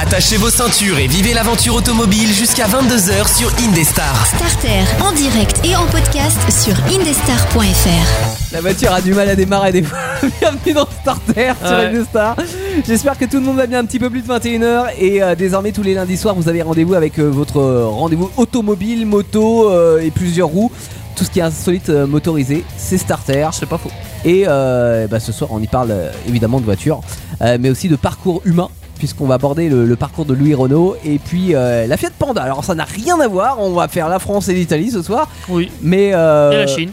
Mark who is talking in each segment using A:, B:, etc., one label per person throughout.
A: Attachez vos ceintures et vivez l'aventure automobile jusqu'à 22h sur Indestar.
B: Starter en direct et en podcast sur indestar.fr.
C: La voiture a du mal à démarrer des fois. Bienvenue dans Starter sur
D: Ouais.
C: Indestar. J'espère que tout le monde va bien un petit peu plus de 21h. Et euh, désormais, tous les lundis soirs, vous avez rendez-vous avec euh, votre euh, rendez-vous automobile, moto euh, et plusieurs roues. Tout ce qui est insolite euh, motorisé, c'est Starter.
D: C'est pas faux.
C: Et euh, bah, ce soir, on y parle euh, évidemment de voiture, euh, mais aussi de parcours humain, puisqu'on va aborder le, le parcours de Louis Renault et puis euh, la Fiat Panda. Alors, ça n'a rien à voir, on va faire la France et l'Italie ce soir,
D: Oui.
C: mais. euh,
D: Et la Chine.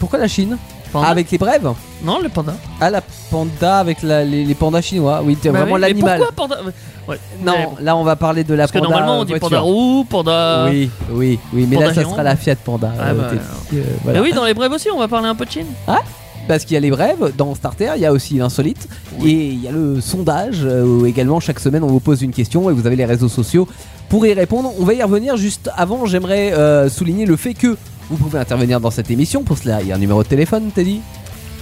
C: Pourquoi la Chine
D: Panda.
C: Ah, Avec les brèves
D: Non, le panda.
C: Ah, la panda avec la- les, les pandas chinois. Oui, t'es
D: Bah
C: vraiment
D: oui, mais
C: l'animal.
D: Pourquoi panda Ouais. Mais-
C: Non, là, on va parler de la
D: Parce que
C: panda.
D: normalement on dit
C: voiture.
D: panda roux, panda.
C: Oui, oui, oui, mais
D: Panda
C: là, ça
D: géant.
C: sera la Fiat Panda.
D: Ah,
C: euh,
D: bah,
C: t'es- euh,
D: Mais
C: voilà.
D: oui, dans les brèves aussi, on va parler un peu de Chine.
C: Parce qu'il y a les brèves dans Starter, il y a aussi l'insolite et il y a le sondage euh, où également chaque semaine on vous pose une question et vous avez les réseaux sociaux pour y répondre. On va y revenir juste avant, j'aimerais euh, souligner le fait que vous pouvez intervenir dans cette émission. Pour cela, il y a un numéro de téléphone, t'as dit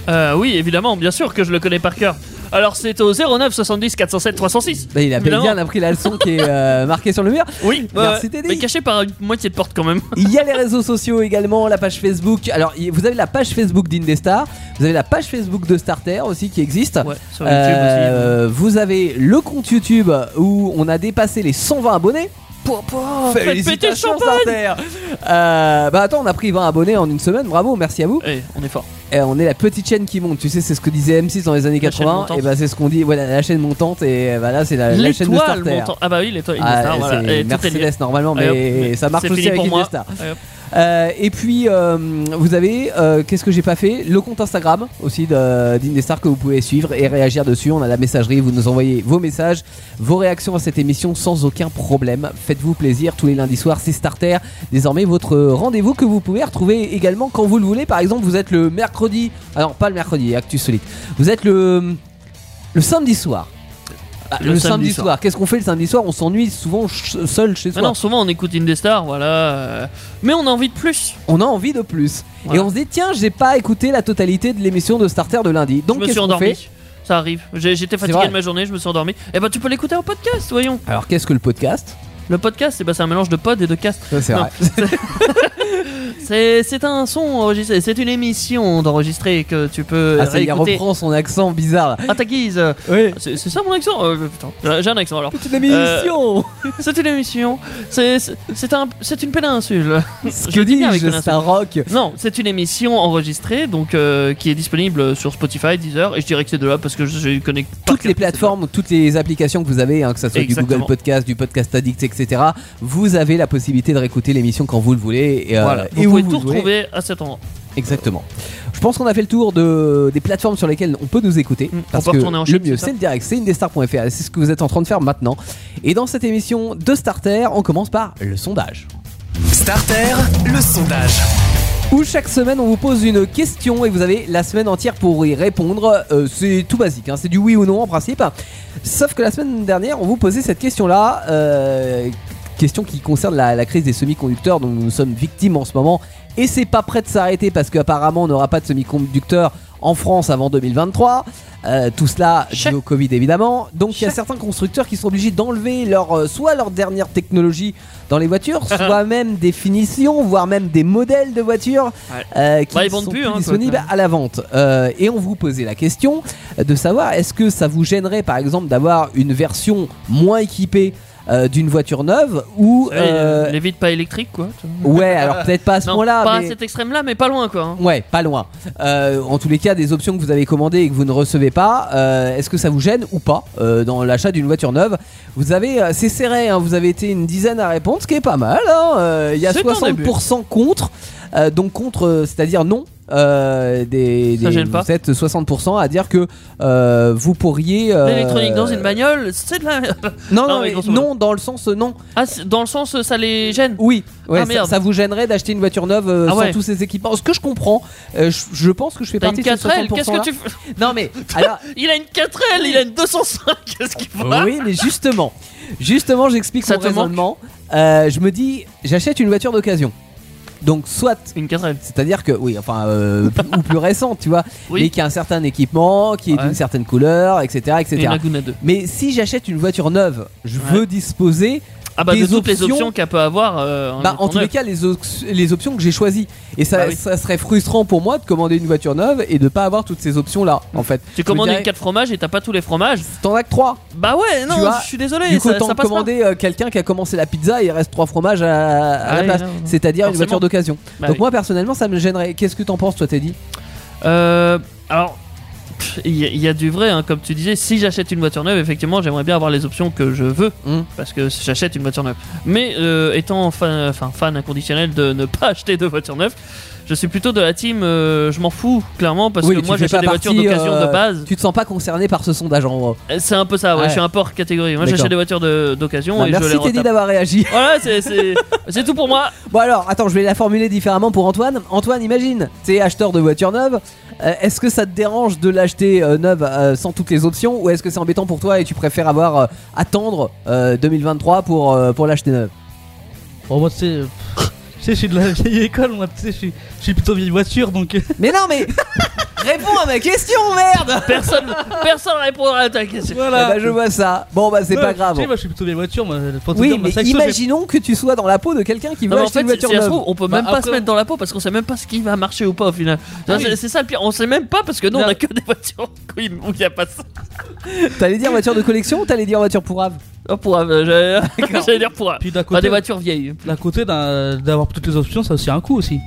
D: Euh, oui, évidemment, bien sûr que je le connais par cœur. Alors c'est au 09 70 407 306.
C: Bah, Il a
D: Évidemment.
C: bien appris la leçon qui est euh, marquée sur le mur.
D: Oui,
C: Merci, Teddy.
D: Euh, mais caché par une moitié de porte quand même.
C: Il y a les réseaux sociaux également, la page Facebook. Alors, y- vous avez la page Facebook d'Indestar, vous avez la page Facebook de Starter aussi qui existe.
D: Ouais, sur YouTube aussi.
C: Euh, Vous avez le compte YouTube où on a dépassé les 120 abonnés.
D: faites péter le
C: Félicitations,
D: champagne.
C: Starter. Euh, bah attends, on a pris 20 abonnés en une semaine, bravo, merci à vous.
D: Eh, on est fort.
C: Et on est la petite chaîne qui monte, tu sais, c'est ce que disait M6 dans les années
D: La chaîne
C: 80.
D: montante.
C: Et bah c'est ce qu'on dit, voilà, la chaîne montante, et bah là c'est la,
D: Euh,
C: la chaîne de
D: L'étoile
C: Starter.
D: montant. Ah bah oui, l'étoile.
C: Ah,
D: Indestar, voilà.
C: c'est
D: Et tout est lié.
C: Mercedes normalement, mais,
D: Allez, hop,
C: ça marche
D: c'est
C: aussi
D: fini
C: avec
D: pour moi.
C: Indestar.
D: Allez, hop.
C: Euh, et puis, euh, vous avez, euh, qu'est-ce que j'ai pas fait Le compte Instagram aussi de- d'Indestar que vous pouvez suivre et réagir dessus. On a la messagerie, vous nous envoyez vos messages, vos réactions à cette émission sans aucun problème. Faites-vous plaisir tous les lundis soirs, c'est Starter. Désormais, votre rendez-vous que vous pouvez retrouver également quand vous le voulez. Par exemple, vous êtes le mercredi, alors pas le mercredi, Actu Solide. Vous êtes le, le samedi soir. Ah,
D: Le samedi soir.
C: Qu'est-ce qu'on fait le samedi soir On s'ennuie souvent ch- seul chez
D: Ah
C: soi.
D: non, souvent on écoute Indestar, voilà. euh, Mais on a envie de plus.
C: on a envie de plus.
D: Voilà.
C: Et on se dit, tiens, j'ai pas écouté la totalité de l'émission de Starter de lundi. Donc,
D: je me
C: qu'est-ce
D: suis
C: qu'on fait
D: endormi. Ça arrive. J'ai- J'étais
C: vrai.
D: fatigué de ma journée, je me suis endormi. Eh ben tu peux l'écouter en podcast, voyons.
C: Alors, qu'est-ce que le podcast
D: Le podcast, eh ben, c'est un mélange de pod et de cast.
C: C'est
D: vrai. C'est c'est un son enregistré, c'est une émission d'enregistrer que tu peux
C: Ah, c'est- il
D: réécouter
C: reprend son accent bizarre.
D: à ta guise.
C: Oui.
D: C'est c'est ça mon accent Euh, Putain, j'ai- j'ai un accent alors.
C: C'est une émission
D: C'est une émission, c'est c'est- c'est un, c'est une péninsule.
C: Ce
D: je
C: que
D: le dis bien avec
C: dis-je,
D: mon
C: c'est un rock.
D: Non, c'est une émission enregistrée donc euh, qui est disponible sur Spotify, Deezer et je dirais que c'est de là parce que je, je connecte par
C: Toutes les
D: cœur,
C: plateformes, toutes les applications que vous avez, hein, que ça soit du
D: Exactement.
C: Google Podcast, du Podcast Addict, etc., vous avez la possibilité de réécouter l'émission quand vous le voulez. Et,
D: c'est de
C: euh,
D: là. Voilà,
C: et
D: vous
C: où
D: pouvez
C: vous
D: tout
C: le voulez.
D: retrouver à cet endroit.
C: Exactement. Je pense qu'on a fait le tour de, des plateformes sur lesquelles on peut nous écouter.
D: Mm, on
C: Parce
D: peut
C: que
D: retourner en chaîne,
C: le mieux,
D: c'est ça
C: c'est le direct, c'est indestar.fr. et C'est ce que vous êtes en train de faire maintenant. Et dans cette émission de Starter, on commence par le sondage.
A: Starter, le sondage.
C: Où chaque semaine, on vous pose une question et vous avez la semaine entière pour y répondre. Euh, c'est tout basique, hein, c'est du oui ou non en principe. Sauf que la semaine dernière, on vous posait cette question-là. euh, question qui concerne la, la crise des semi-conducteurs dont nous sommes victimes en ce moment. Et c'est pas prêt de s'arrêter parce qu'apparemment, on n'aura pas de semi-conducteurs en France avant 2023. Euh, tout cela dû
D: Chaque-
C: au Covid évidemment. Donc il y a certains constructeurs qui sont obligés d'enlever leur, euh, soit leur dernière technologie dans les voitures, soit même des finitions, voire même des modèles de voitures
D: Ouais.
C: euh, qui
D: Bah, ils
C: sont
D: vendent plus,
C: plus
D: hein,
C: disponibles
D: quoi.
C: à la vente. Euh, et on vous posait la question de savoir est-ce que ça vous gênerait par exemple d'avoir une version moins équipée euh, d'une voiture neuve ou
D: Ouais,
C: euh,
D: Les vides pas électriques quoi. tu vois.
C: ouais alors peut-être pas à ce
D: Non,
C: point-là
D: pas
C: mais-
D: à cet extrême là, mais pas loin quoi. hein.
C: Ouais, pas loin. Euh, en tous les cas, des options que vous avez commandées et que vous ne recevez pas, euh, est-ce que ça vous gêne ou pas euh, dans l'achat d'une voiture neuve Vous avez, euh, c'est serré, hein, vous avez été une dizaine à répondre, ce qui est pas mal. hein. Euh, Il y a
D: C'est un
C: 60% contre, euh, donc contre, euh, c'est-à-dire non. euh, des,
D: Ça
C: des-
D: gêne pas.
C: vous êtes 60% à dire que euh, vous pourriez euh,
D: L'électronique dans une bagnole, c'est de la merde.
C: non non,
D: Non, mais
C: mais
D: grosso modo.
C: non dans le sens euh, non
D: Ah, c'est- dans le sens, ça les gêne.
C: oui, ouais,
D: Ah,
C: ça,
D: merde.
C: ça vous gênerait d'acheter une voiture neuve euh,
D: Ah
C: sans
D: ouais.
C: tous ces équipements. Ce que je comprends, euh, je, je pense que je fais
D: T'as
C: partie
D: une
C: de ces 60%.
D: 4L, qu'est-ce que tu fais
C: Non mais alors
D: Il a une 4L, il a une 205, qu'est-ce qu'il va
C: oui mais justement, justement j'explique
D: Ça
C: mon
D: te manque
C: raisonnement. Euh, je me dis j'achète une voiture d'occasion. donc soit
D: Une 4L.
C: c'est-à-dire que oui enfin euh, ou plus récente tu vois
D: Oui.
C: mais qui a un certain équipement qui est
D: Ouais.
C: d'une certaine couleur etc
D: Et
C: etc
D: une Laguna 2.
C: mais si j'achète une voiture neuve je
D: Ouais.
C: veux disposer
D: Ah bah
C: Des
D: de toutes les
C: options-
D: options qu'elle peut avoir. euh, en
C: bah, en tous les
D: étant
C: cas les, ox- les options que j'ai choisies et ça,
D: Bah oui.
C: ça serait frustrant pour moi de commander une voiture neuve et de pas avoir toutes ces options là en fait
D: neuve. Tu commandes
C: dirais-
D: une 4 fromages et t'as pas tous les fromages.
C: t'en as que 3
D: Bah ouais, non,
C: vois,
D: je suis désolé.
C: du coup
D: ça,
C: autant
D: ça passe pas.
C: commander euh, quelqu'un qui a commencé la pizza et il reste 3 fromages à, à
D: Ah oui,
C: la place
D: non, non.
C: c'est-à-dire une
D: Forcément.
C: voiture d'occasion
D: Bah
C: donc
D: oui.
C: moi personnellement ça me gênerait qu'est-ce que t'en penses toi Teddy
D: Euh, alors, pff, il y, a- il y a du vrai, hein, comme tu disais. Si j'achète une voiture neuve, effectivement, j'aimerais bien avoir les options que je veux.
C: Hmm.
D: Parce que j'achète une voiture neuve. Mais euh, étant fan, enfin, fan inconditionnel de ne pas acheter de voiture neuve, je suis plutôt de la team. euh, je m'en fous, clairement, parce
C: Oui,
D: que
C: tu
D: moi,
C: fais
D: j'achète
C: pas
D: des voitures
C: partie,
D: d'occasion
C: euh,
D: de base. Euh,
C: tu te sens pas concerné par ce sondage en gros
D: C'est un peu ça, ouais,
C: Ouais.
D: je suis un peu hors catégorie. Moi,
C: D'accord.
D: j'achète des voitures de- d'occasion
C: Bah,
D: et je les
C: merci Teddy
D: retape.
C: d'avoir réagi
D: Voilà, c'est- c'est c'est tout pour moi.
C: Bon alors, attends, je vais la formuler différemment pour Antoine. Antoine, imagine, t'es acheteur de voiture neuve. euh, est-ce que ça te dérange de l'acheter euh, neuve euh, sans toutes les options ou est-ce que c'est embêtant pour toi et tu préfères avoir euh, attendre euh, 2023 pour euh, pour l'acheter neuve
E: Bon, moi, tu sais, euh, tu sais, je suis de la vieille école, moi, tu sais, je suis- je suis plutôt vieille voiture, donc. euh,
C: Mais non, mais réponds à ma question, merde.
D: Personne, personne répondra à ta question.
E: Voilà.
C: Eh ben, je vois ça. Bon bah c'est
E: Ouais,
C: pas
E: Tu
C: grave.
E: sais, moi, je suis plutôt vieille voiture, moi, pour te
C: Oui,
E: dire, moi,
C: mais
E: ça, que ça, j'ai-
C: imaginons que tu sois dans la peau de quelqu'un qui
D: Non,
C: veut
D: mais en
C: acheter
D: fait,
C: une
D: si
C: voiture
D: si ça se
C: neuve.
D: trouve, on peut
E: Bah,
D: même pas
E: après,
D: se mettre dans la peau parce qu'on sait même pas ce qui va marcher ou pas au final. Ça,
E: oui.
D: C'est c'est ça le pire, on sait même pas parce que nous on
E: Non.
D: a que des voitures où il où il y a pas ça.
C: T'allais dire voiture de collection ou t'allais dire voiture pour Ave
D: Oh, pour un- euh, j'allais j'allais dire pour un.
E: Puis d'un
D: Enfin, des
E: côté,
D: voitures vieilles.
E: d'un côté d'un- d'avoir toutes les options, ça a aussi un coût aussi.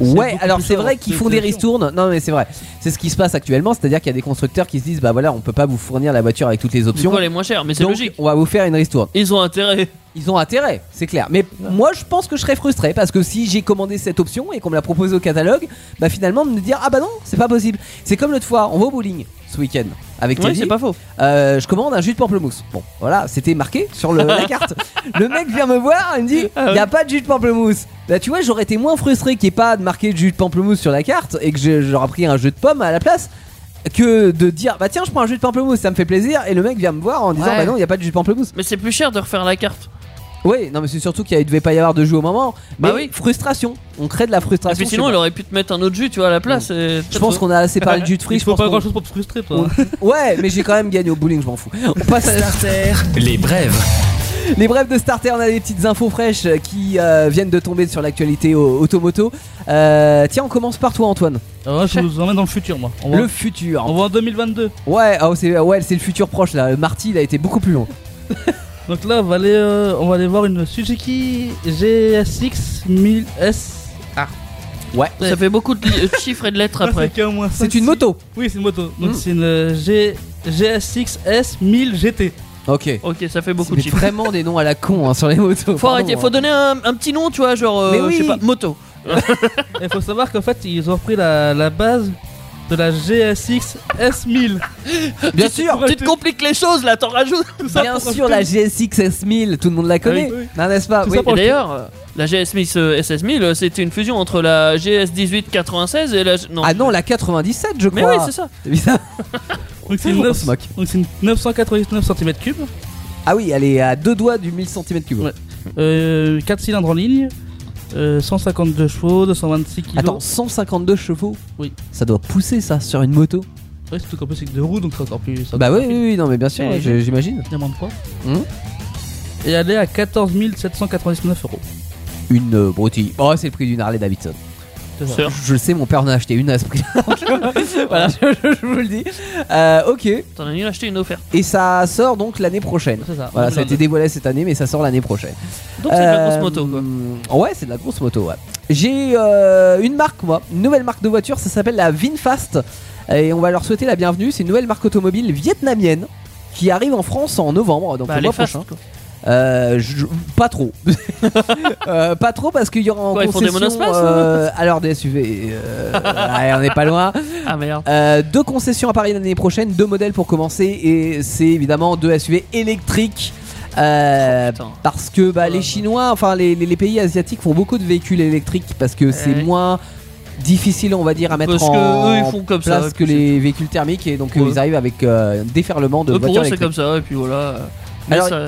C: Ouais,
E: beaucoup
C: alors
E: plus
C: c'est
E: cher
C: vrai
E: d'avoir
C: qu'ils
E: toutes
C: font
E: les
C: des
E: options.
C: ristournes. Non, mais c'est vrai. C'est ce qui se passe actuellement, c'est-à-dire qu'il y a des constructeurs qui se disent bah voilà, on peut pas vous fournir la voiture avec toutes les
D: Du
C: options.
D: coup, elle est moins chère, mais c'est
C: donc
D: logique.
C: on va vous faire une ristourne.
D: Ils ont intérêt.
C: Ils ont intérêt, c'est clair. Mais moi, je pense que je serais frustré parce que si j'ai commandé cette option et qu'on me la propose au catalogue, bah finalement de me dire ah bah non, c'est pas possible. C'est comme l'autre fois, on va au bowling ce week-end avec
D: Oui,
C: Teddy.
D: c'est pas faux.
C: Euh, je commande un jus de pamplemousse. Bon, voilà, c'était marqué sur le- la carte. Le mec vient me voir et me dit
D: Ah ouais.
C: il n'y a pas de jus de pamplemousse. Bah, tu vois, j'aurais été moins frustré qu'il n'y ait pas de marqué de jus de pamplemousse sur la carte et que je- j'aurais pris un jus de pomme à la place que de dire bah tiens, je prends un jus de pamplemousse, ça me fait plaisir. Et le mec vient me voir en disant
D: Ouais.
C: bah non, il n'y a pas de jus de pamplemousse.
D: Mais c'est plus cher de refaire la carte.
C: Oui, non, mais c'est surtout qu'il ne devait pas y avoir de jus au moment. Mais
D: Bah oui.
C: frustration. On crée de la
D: Et
C: frustration.
D: puis
C: je
D: sinon,
C: sais
D: il
C: pas.
D: aurait pu te mettre un autre jus, tu vois, à la place. et-
C: je pense qu'on a assez parlé de jus de fruits.
E: Il
C: je
E: faut
C: pense
E: pas
C: qu'on-
E: grand chose pour te frustrer, toi. hein.
C: Ouais, mais j'ai quand même gagné au bowling, je m'en fous. On passe à la
A: Les brèves.
C: Les brefs de Starter, on a des petites infos fraîches qui euh, viennent de tomber sur l'actualité au- automoto. Euh, tiens, on commence par toi, Antoine.
E: Alors là, je vous emmène dans le futur, moi. On va,
C: Le futur.
E: on va en 2022.
C: Ouais, oh, c'est ouais, c'est le futur proche là. Marty, il a été beaucoup plus long.
E: Donc là, on va aller, euh, on va aller voir une Suzuki GSX 1000S.
C: Ah,
D: Ça fait beaucoup de li- de chiffres et de lettres
E: Ah,
D: après.
E: c'est qu'au moins cinq,
C: C'est une
E: six-
C: moto.
E: Oui, c'est une moto. Donc
C: Mm.
E: c'est une euh, G- GSX S 1000 GT.
C: Ok.
D: Ok, ça fait beaucoup de
C: C'est
D: chiffres.
C: vraiment des noms à la con hein, sur les motos.
D: Faut arrêter,
C: Pardon,
D: faut
C: hein.
D: donner un, un petit nom, tu vois, genre, euh,
C: Mais oui.
D: je sais pas, moto.
E: Il faut savoir qu'en fait, ils ont repris la, la base de la GSX S1000.
C: Bien sûr,
D: Tu te compliques les choses là, t'en rajoutes.
E: Tout ça
C: bien
E: pour
C: sûr, la
E: rajouter-
C: GSX S1000, tout le monde la connaît,
E: Oui, oui.
C: Non, n'est-ce pas
E: Tout
C: Ah Oui.
E: ça
D: Et
E: pour-
D: d'ailleurs, euh, la GS Mix euh, SS1000, euh, c'était une fusion entre la GS18 96 et la. Non.
C: Ah non, la 97, je
D: mais
C: crois.
D: oui, c'est ça.
C: C'est bizarre.
E: Donc c'est une,
C: On
E: neuf-
C: se moque.
E: donc, c'est une 999 cm3,
C: Ah oui, elle est à deux doigts du 1000 cm3.
E: Ouais. 4 cylindres en ligne, euh, 152 chevaux, 226 kg.
C: Attends, 152 chevaux
E: Oui.
C: Ça doit pousser ça sur une moto
E: Ouais, surtout qu'en plus c'est que deux roues, donc c'est encore plus. c'est
C: Bah
E: encore
C: oui,
E: plus
C: oui, oui, non, mais bien sûr,
E: Ouais,
C: je- j'imagine.
E: rapide, moins de poids.
C: Hum.
E: Et elle est à 14 799 euros.
C: Une euh, broutille. Oh, c'est le prix d'une Harley Davidson.
E: C'est ça.
D: C'est-
C: Je le sais, mon père en a acheté une à ce prix. voilà, je, je- je vous le dis. Euh, ok,
D: T'en as une acheté une offerte.
C: et ça sort donc l'année prochaine.
E: C'est ça.
C: Voilà, ça a été dévoilé cette année, mais ça sort l'année prochaine.
D: Donc c'est de la grosse
C: Euh,
D: moto quoi.
C: Ouais, c'est de la grosse moto, ouais. J'ai euh, une marque, moi, une nouvelle marque de voiture, ça s'appelle la Vinfast. Et on va leur souhaiter la bienvenue. C'est une nouvelle marque automobile vietnamienne qui arrive en France en novembre, donc
D: Bah,
C: le
D: elle est
C: mois
D: fast,
C: prochain.
D: quoi.
C: Euh, je- pas trop. Euh, pas trop parce qu'il y aura en
D: Quoi, ils font des
C: concession.
D: monospaces,
C: euh, alors des SUV, euh, ouais, on n'est pas loin.
D: Ah merde.
C: Euh, deux concessions à Paris l'année prochaine, deux modèles pour commencer et c'est évidemment deux SUV électriques. Euh,
D: Oh, putain.
C: parce que bah,
D: Oh là
C: les
D: là.
C: Chinois, enfin les, les- les pays asiatiques font beaucoup de véhicules électriques parce que c'est
D: Ouais.
C: moins difficile, on va dire, à mettre
D: Parce que
C: en
D: eux ils font comme ça.
C: place
D: et
C: que
D: puis c'est-
C: les véhicules thermiques et donc euh,
D: Ouais.
C: ils arrivent avec euh, un déferlement de
D: Eux, pour
C: voitures
D: eux c'est
C: électriques.
D: comme ça et puis voilà. Mais
C: Alors,
D: ça-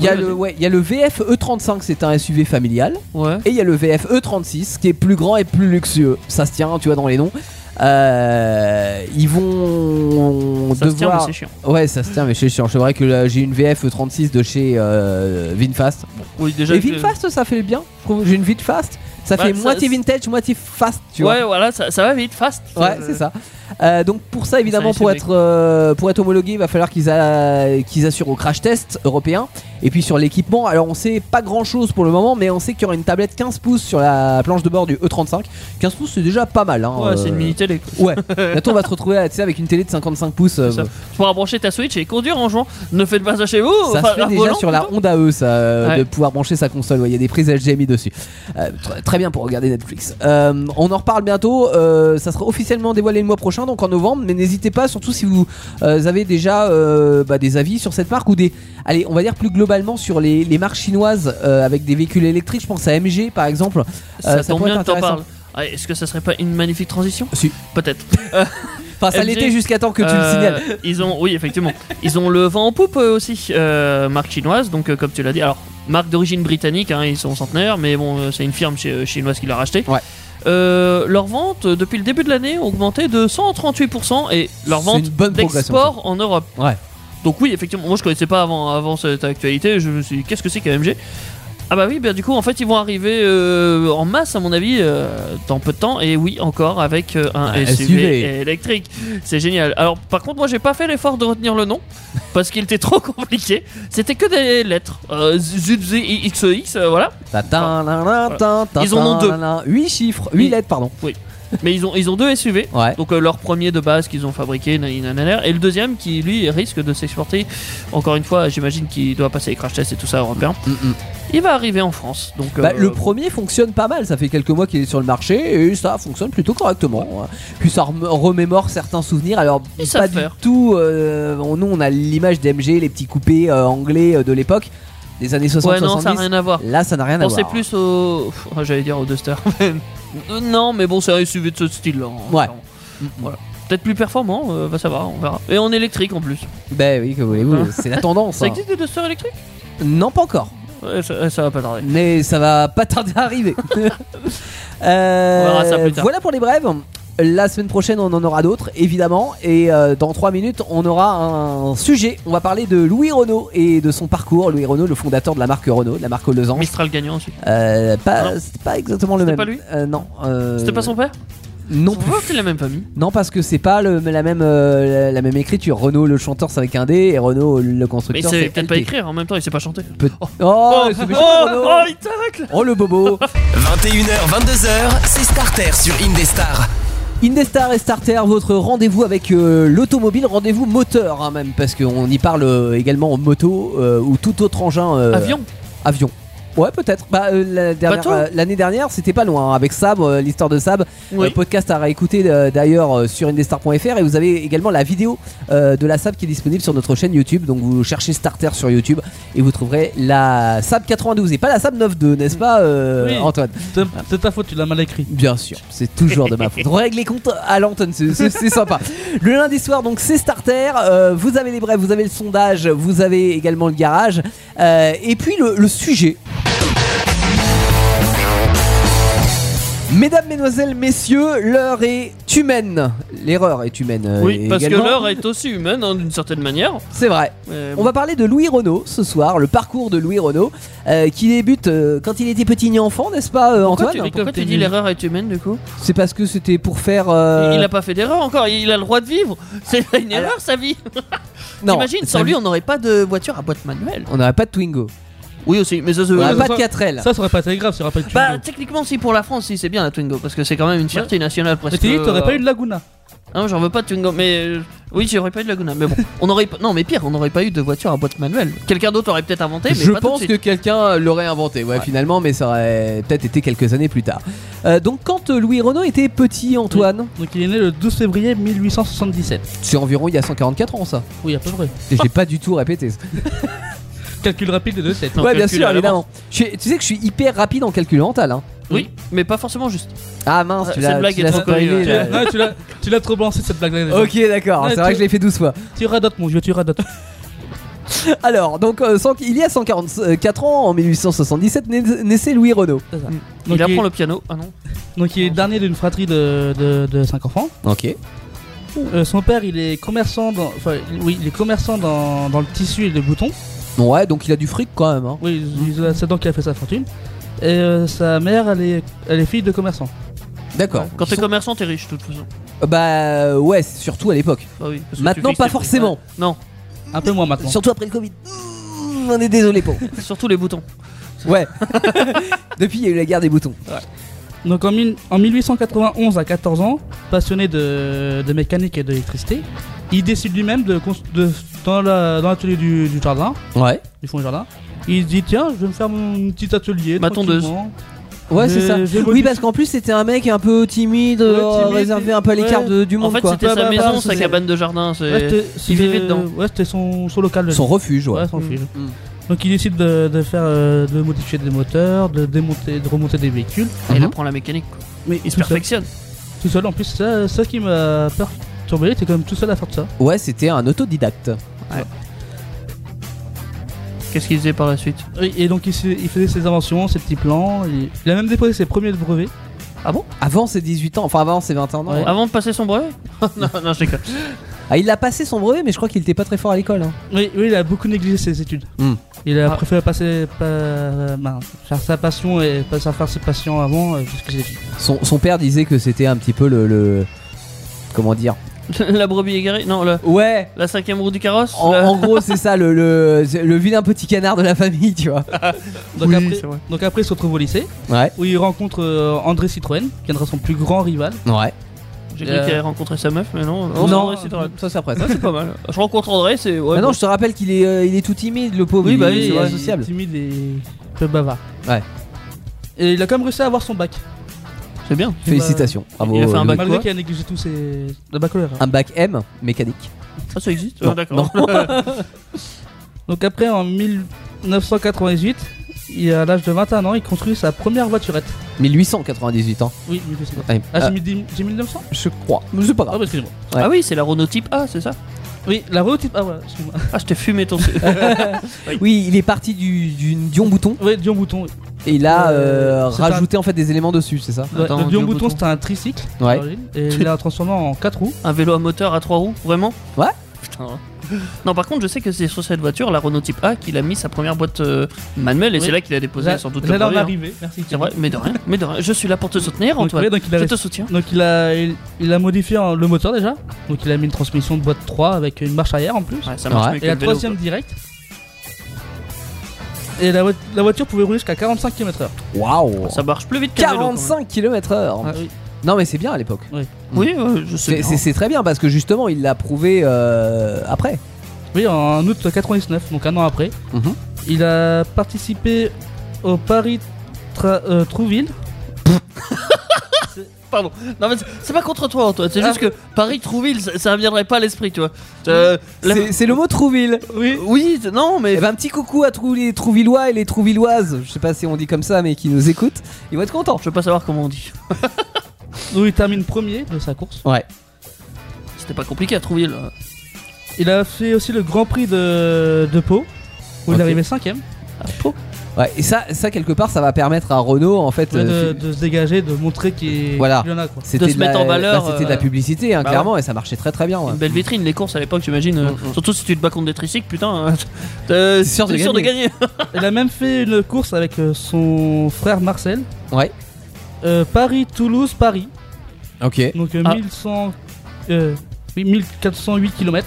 C: Il y, a
D: Oui,
C: le,
D: vas-y.
C: ouais, il y a le VF E35, c'est un SUV familial.
D: Ouais.
C: Et il y a le VF E36 qui est plus grand et plus luxueux. Ça se tient, tu vois, dans les noms. Euh, ils vont
D: Ça se tient, mais
C: devoir.
D: c'est chiant.
C: ouais, ça se tient, mais c'est chiant. C'est vrai que là, j'ai une VF E36 de chez euh, Vinfast.
D: Oui, déjà.
C: Et
D: que-
C: Vinfast, ça fait le bien. Je trouve j'ai une Vinfast. Ça
D: Bah,
C: fait
D: ça-
C: moitié vintage, moitié fast, tu vois.
D: ouais, voilà, ça, ça va vite, fast.
C: Ouais,
D: Euh,
C: c'est ça. Euh, donc pour ça, évidemment,
D: c'est
C: pour
D: vrai.
C: être euh, pour être homologué, il va falloir qu'ils a- qu'ils assurent au crash test européen. Et puis sur l'équipement, alors on sait pas grand chose pour le moment, mais on sait qu'il y aura une tablette 15 pouces sur la planche de bord du E35. 15 pouces, c'est déjà pas mal. Hein,
D: Ouais, c'est une
C: euh,
D: mini télé.
C: Ouais. Bientôt, on va se retrouver tu sais, avec une télé de 55 pouces. euh,
D: Ça. Tu pourras brancher ta Switch et conduire en jouant. Ne faites pas ça chez vous.
C: Ça
D: Oh, enfin,
C: se fait
D: à
C: déjà
D: volant,
C: sur la
D: plutôt.
C: Honda E, ça, euh,
D: Ouais.
C: de pouvoir brancher sa console. Ouais, Il y a des prises HDMI dessus. Euh, tr- très bien pour regarder Netflix. Euh, on en reparle bientôt. euh, ça sera officiellement dévoilé le mois prochain, donc en novembre. Mais n'hésitez pas, surtout si vous euh, avez déjà euh, bah, des avis sur cette marque ou des. Allez, on va dire plus globalement sur les, les marques chinoises euh, avec des véhicules électriques. Je pense à MG par exemple.
D: Ça,
C: Euh, ça
D: tombe
C: pourrait
D: bien que
C: être
D: t'en
C: intéressant.
D: parles. Ah, Est-ce que ça serait pas une magnifique transition
C: Si.
D: Peut-être.
C: Enfin, ça
D: MG,
C: l'était jusqu'à temps que tu le
D: Euh,
C: signales.
D: Ils ont, oui, effectivement. Ils ont le vent en poupe euh, aussi, euh, marque chinoise. Donc, euh, comme tu l'as dit, alors marque d'origine britannique, hein, ils sont centenaires, mais bon, euh, c'est une firme chi- euh, chinoise qui l'a racheté.
C: Ouais.
D: Euh, leurs ventes euh, depuis le début de l'année ont augmenté de 138% et leurs
C: C'est
D: ventes
C: une bonne progression,
D: d'export en Europe.
C: Ouais.
D: Donc oui, effectivement, moi je connaissais pas avant, avant cette actualité. Je me suis, dit, qu'est-ce que c'est qu'AMG Ah bah oui, bah du coup, en fait, ils vont arriver euh, en masse à mon avis euh, dans peu de temps. Et oui, encore avec euh, un
C: Un SUV.
D: SUV électrique. C'est génial. Alors, par contre, moi, j'ai pas fait l'effort de retenir le nom parce qu'il était trop compliqué. C'était que des lettres. Euh, ZXEX, E, euh, voilà.
C: Ta- ta- la- la- ta- ta-
D: Ils en ont
C: ta-
D: deux.
C: la- la- Huit chiffres, huit
D: Oui.
C: lettres, pardon.
D: Mais ils ont, ils ont deux SUV.
C: Ouais.
D: Donc, euh, leur premier de base qu'ils ont fabriqué, nani, nanana, et le deuxième qui, lui, risque de s'exporter. Encore une fois, j'imagine qu'il doit passer les crash tests et tout ça européen.
C: Mm, mm.
D: Il va arriver en France. Donc,
C: Bah,
D: euh,
C: le premier fonctionne pas mal, ça fait quelques mois qu'il est sur le marché et ça fonctionne plutôt correctement. hein. Puis ça rem- remémore certains souvenirs. Alors
D: Ils savent
C: pas du
D: faire.
C: tout. euh, on- nous on a l'image d'MG, les petits coupés euh, anglais euh, de l'époque, des années 60-70.
D: Ouais, non, ça n'a rien à voir.
C: Là ça n'a rien à
D: Pensez
C: voir.
D: plus au. Ah, J'allais dire au Duster. Euh, non, mais bon, c'est un SUV de ce style-là. hein.
C: Ouais.
D: Enfin, Voilà. Peut-être plus performant, euh, va savoir, on verra. Et en électrique en plus.
C: Ben oui, que voulez-vous, c'est la tendance.
D: Ça
C: hein.
D: existe des Duster électriques
C: Non, pas encore,
D: Ouais, ça, ça va pas tarder.
C: mais ça va pas tarder à arriver. Euh,
D: On verra ça plus tard.
C: Voilà pour les brèves. La semaine prochaine, on en aura d'autres, évidemment. Et euh, dans 3 minutes, on aura un sujet. On va parler de Louis Renault et de son parcours. Louis Renault, le fondateur de la marque Renault, de la marque Lausanne.
D: Mistral gagnant aussi.
C: Euh, pas,
D: Non.
C: c'était pas exactement le
D: C'était
C: même.
D: pas lui
C: Euh, Non. euh,
D: C'était pas son père
C: Non
D: On
C: plus.
D: voit que c'est la même famille.
C: Non, parce que c'est pas le- la, même, euh, la, la même écriture. Renault, le chanteur, c'est avec un D. Et Renault, le
D: Mais il
C: constructeur,
D: savait
C: c'est
D: peut-être pas
C: LT.
D: écrire en même temps, il sait pas chanter.
C: Peut- Oh, c'est méchant, Renault.
D: oh, il tacle
C: Oh, le bobo
A: 21h, 22h, c'est Starter sur Indestar.
C: Indestar et Starter, votre rendez-vous avec euh, l'automobile, rendez-vous moteur hein, même, parce qu'on y parle euh, également en moto euh, ou tout autre engin. euh,
D: Avion
C: Avion. Ouais, peut-être. Bah, euh, la dernière-
D: Bateau.
C: euh, L'année dernière, c'était pas loin hein, avec Sab, euh, l'histoire de Sab.
D: Oui.
C: Euh, podcast à réécouter euh, d'ailleurs euh, sur indestar.fr et vous avez également la vidéo euh, de la Sab qui est disponible sur notre chaîne YouTube. Donc vous cherchez Starter sur YouTube et vous trouverez la Sab 92 et pas la Sab 92, n'est-ce
D: Mm.
C: pas, euh,
E: Oui.
C: Antoine
E: C'est- C'est ta faute, tu l'as mal écrit.
C: Bien sûr, c'est toujours de ma faute. Règle les comptes à l'antenne, c'est- c'est c'est sympa. Le lundi soir, donc, c'est Starter. Euh, vous avez les brèves, vous avez le sondage, vous avez également le garage. Euh, et puis le, le sujet. Mesdames, Mesdemoiselles, Messieurs, l'heure est humaine. L'erreur est humaine. euh,
D: Oui, parce que
C: également.
D: l'heure est aussi humaine hein, d'une certaine manière.
C: C'est vrai.
D: Euh,
C: On va parler de Louis Renault ce soir, le parcours de Louis Renault, euh, qui débute euh, quand il était petit enfant, n'est-ce pas, euh,
D: pourquoi
C: Antoine
D: tu, pourquoi tu dis l'erreur est humaine du coup
C: C'est parce que c'était pour faire. euh,
D: Il a pas fait d'erreur encore, il a le droit de vivre. C'est pas une
C: Alors-
D: erreur sa vie.
C: Non,
D: T'imagines,
C: ça-
D: sans lui, on n'aurait pas de voiture à boîte manuelle.
C: On n'aurait pas de Twingo.
D: Oui, aussi, mais ça se.
C: On n'aurait
E: ça,
C: pas
E: ça-
C: de 4L.
E: Ça, ça aurait pas été grave, ça aurait pas été.
D: Bah, techniquement, si pour la France, si c'est bien la Twingo, parce que c'est quand même une fierté nationale
E: Mais
D: presque.
E: t'es dit, t'aurais pas
D: euh,
E: eu de Laguna.
D: Non, j'en veux pas de Twingo, mais. euh, Oui, j'aurais pas eu de Laguna, mais bon. on aurait pas- Non, mais pire, on n'aurait pas eu de voiture à boîte manuelle. Quelqu'un d'autre aurait peut-être inventé, mais
C: Je
D: pas tout de
C: pense
D: suite.
C: que quelqu'un l'aurait inventé, ouais, finalement, mais ça aurait peut-être été quelques années plus tard. Euh, donc, quand euh, Louis Renault était petit, Antoine,
E: Donc il est né le 12 février 1877.
C: c'est environ il y a 144 ans, ça.
E: Oui, à peu près.
C: Et J'ai pas du tout répété. ça.
E: Calcul rapide de 2 7
D: Non,
C: ouais, bien
D: calcul
C: sûr,
D: à l'avance.
C: évidemment. Je suis- tu sais que je suis hyper rapide en calcul mental. hein.
D: Oui, mais pas forcément juste.
C: Ah mince,
D: Ah,
C: tu
D: cette
C: l'as
D: blague
C: tu
D: est
C: l'as
D: trop connue,
C: spoilé,
D: hein.
C: là.
E: tu l'as- tu l'as trop lancé cette blague-là. déjà.
C: Ok, d'accord,
E: Ouais,
C: c'est vrai
E: tu-
C: que je l'ai fait 12 fois.
E: Tu radotes, mon vieux, tu radotes.
C: Alors, donc, euh, cent- il y a 144 ans, en 1877, nais- naissait Louis Renault.
D: Il
E: Mm. Donc, il-
D: apprend le piano. Ah non.
E: Donc il est le dernier d'une fratrie de, de, 5 enfants.
C: Ok.
E: Euh, son père il est commerçant dans, enfin, oui, il est commerçant dans, dans le tissu et le bouton.
C: Ouais, donc il a du fric quand même. hein.
E: Oui, il- il- c'est donc qu'il a fait sa fortune. Et euh, sa mère elle est, elle est fille de commerçant.
C: D'accord.
D: Quand t'es
C: Son-
D: commerçant, t'es riche de toute façon.
C: Bah ouais, surtout à l'époque.
D: Bah oui, parce que
C: Maintenant,
D: tu fixes
C: pas
D: tes prix.
C: forcément.
D: Ouais. Non,
E: Un peu moins maintenant.
C: Surtout après le Covid. Mmh, on est désolé pour.
D: surtout les boutons.
C: Ouais. Depuis, il y a eu la guerre des boutons.
E: Donc en, mille- en 1891, à 14 ans, passionné de, de mécanique et d'électricité, il décide lui-même de, cons- de- dans la- dans l'atelier du, du jardin,
C: Ouais.
E: du fond du jardin. Il se dit tiens, je vais me faire mon petit atelier.
D: Ma tondeuse.
E: tranquillement.
C: Ouais, c'est
E: Mais
C: ça.
E: j'ai
C: Oui,
E: modifié-
C: parce qu'en plus, c'était un mec un peu timide, euh,
E: timide,
C: réservé un peu à l'écart
E: ouais.
C: de- du
D: En
C: monde,
D: fait,
C: quoi.
D: c'était
E: Bah,
D: sa
E: bah,
D: maison,
E: bah,
D: sa
E: c'est-
D: cabane de jardin. c'est-
E: Ouais, c'était-
D: il
E: c'était-
D: vivait dedans.
E: Ouais, c'était son, son local. le-
C: Son refuge, ouais.
E: Ouais, son fil.
C: Mm.
E: Donc il décide de, de faire, euh, de modifier des moteurs, de démonter, de remonter des véhicules.
D: Et Il
C: Mhm.
D: apprend la mécanique. quoi.
E: Mais
D: Il se
E: tout seul.
D: perfectionne.
E: Tout seul. En plus, ça, ça qui m'a perturbé, t'es quand même tout seul à faire de ça.
C: Ouais, c'était un autodidacte.
D: Qu'est-ce qu'il faisait par la suite
E: Oui, Et donc il, se- il faisait ses inventions, ses petits plans. Il, il a même déposé ses premiers brevets.
C: Avant ses 18 ans, enfin avant ses 21 ans.
E: Ouais.
D: Avant de passer son brevet Non, non, je déconne.
C: Ah, il a passé son brevet, mais je crois qu'il était pas très fort à l'école. hein.
E: Oui, oui, il a beaucoup négligé ses études.
C: Mm.
E: Il a
D: Ah.
E: préféré passer, pa- euh, ben, faire sa passion et pas à faire ses passions avant euh, jusqu'à ses études.
C: Son, son père disait que c'était un petit peu le. le- Comment dire
D: la brebis égarée Non, la,
C: Ouais
D: la cinquième roue du carrosse
C: En,
D: la-
C: en gros, c'est ça, le, le, le vilain petit canard de la famille, tu vois.
D: Oui,
E: Donc,
D: c'est
E: après,
D: vrai.
E: donc après, il se retrouve au lycée
C: Ouais,
E: où il rencontre euh, André Citroën, qui deviendra son plus grand rival.
C: ouais.
D: J'ai cru
E: Euh,
D: qu'il avait rencontré sa meuf, mais non.
C: non,
D: André, c'est drôle.
C: ça c'est après.
D: Ouais, c'est pas mal. Je rencontre André, c'est. Ouais,
C: Maintenant,
D: bon.
C: je te rappelle qu'il est, euh, il est tout timide, le pauvre.
D: Oui,
C: il
D: bah
C: est-
D: oui,
C: il est
D: c'est
E: il est
C: associable.
E: timide et peu bavard.
C: Ouais.
E: Et il a quand même réussi à avoir son bac. bah,
D: C'est bien.
C: Félicitations. Bravo, euh,
D: Il a fait un
C: Louis.
D: bac
E: Malgré
D: quoi
E: qu'il a négligé tous ses. La baccalauréat.
C: Un bac M mécanique.
D: Ah, ça existe
C: Non,
D: Ah, D'accord.
E: Donc après, en 1998, il, à l'âge de 21 ans, il construit sa première voiturette.
C: 1898 ans.
E: Oui, 1998.
C: Ouais.
E: Ah,
C: Euh,
E: j'ai mis, dix- j'ai mis 1900
C: je crois. Mais C'est pas
E: Ah,
C: grave.
E: oui, excusez-moi.
C: Ouais.
D: Ah oui, c'est la Renault Type A, c'est ça
E: Oui, la Renault Ah, voilà, excusez-moi.
D: Ah, je t'ai fumé ton. Ah
C: Oui, il est parti du, du Dion Bouton
E: Ouais, Dion Bouton. oui.
C: et il a
E: Euh,
C: euh,
E: c'est
C: rajouté en fait des éléments dessus, c'est ça Ah
E: Ouais,
D: Attends,
E: le Dion,
D: Dion
E: Bouton,
D: Bouton.
E: c'était un tricycle. à
C: Ouais.
E: l'origine, Et il l'a transformé en 4 roues.
D: Un vélo à moteur à trois roues, vraiment
C: Ouais.
D: Putain. ouais. Non, par contre, je sais que c'est sur cette voiture, la Renault Type A, qu'il a mis sa première boîte euh, manuelle et
E: Oui.
D: c'est là qu'il a déposé
E: J'a-
D: sans doute le
E: J'allais en
D: brevet, hein.
E: arriver. Merci.
D: C'est vrai, mais de rien, mais de rien. Je suis là pour te soutenir,
E: Donc,
D: Antoine.
E: ouais, donc il a
D: je
E: resté-
D: te soutiens.
E: Donc il a, il, il a modifié en- le moteur déjà. Donc il a mis une transmission de boîte 3 avec une marche arrière en plus.
D: Ouais, ça marche
C: Ouais.
D: mieux que
E: et la
D: le vélo,
E: troisième directe. Et la, voi- la voiture pouvait rouler jusqu'à 45 km/h.
C: Waouh
D: quoi. Ça marche plus vite qu'un vélo, quand même.
C: 45 km/h.
E: Ah
C: Non, mais c'est bien à l'époque.
D: Oui, ouais, je sais.
C: C'est-
D: bien.
C: C'est c'est très bien parce que justement, il l'a prouvé euh, après.
E: Oui, en août 99, donc un an après.
C: Mhm.
E: Il a participé au Paris Tra- euh, Trouville.
D: Pardon. Non, mais c'est- c'est pas contre toi, Antoine. C'est
E: Ah.
D: juste que Paris-Trouville, ça, ça ne viendrait pas à l'esprit, tu vois. Euh, la-
C: C'est c'est le mot Trouville.
D: Oui, oui, c'est- non, mais.
C: Eh ben, un petit coucou à tous les Trouvillois et les Trouvilloises. Je sais pas si on dit comme ça, mais qui nous écoutent. Ils vont être contents.
D: Je veux pas savoir comment on dit.
E: Où il termine premier de sa course.
C: Ouais.
D: C'était pas compliqué à Trouville. euh.
E: Il a fait aussi le Grand Prix de, de Pau, où
C: Ok.
E: il est arrivé cinquième.
D: Ah, pau.
C: Ouais, et ça, ça quelque part, ça va permettre à Renault en fait.
E: Ouais,
C: euh,
E: de, de se dégager, de montrer qu'il
C: Voilà.
E: qu'il y en a quoi.
C: c'était
D: de se
C: la-
D: mettre en valeur,
C: bah, c'était de la
D: euh,
C: publicité, hein,
D: bah
C: clairement, et ça marchait très très bien. ouais.
D: Une belle vitrine, les courses à l'époque, j'imagine. euh,
C: Mm, mm.
D: Surtout si tu te bats contre des tricycles, putain. euh, t'es
C: C'est sûr de
D: t'es gagner.
E: Il a même fait une course avec euh, son frère Marcel.
C: Ouais.
E: Euh, Paris, Toulouse, Paris.
C: Ok.
E: Donc euh,
D: Ah.
E: 1100, euh, oui, 1408 km.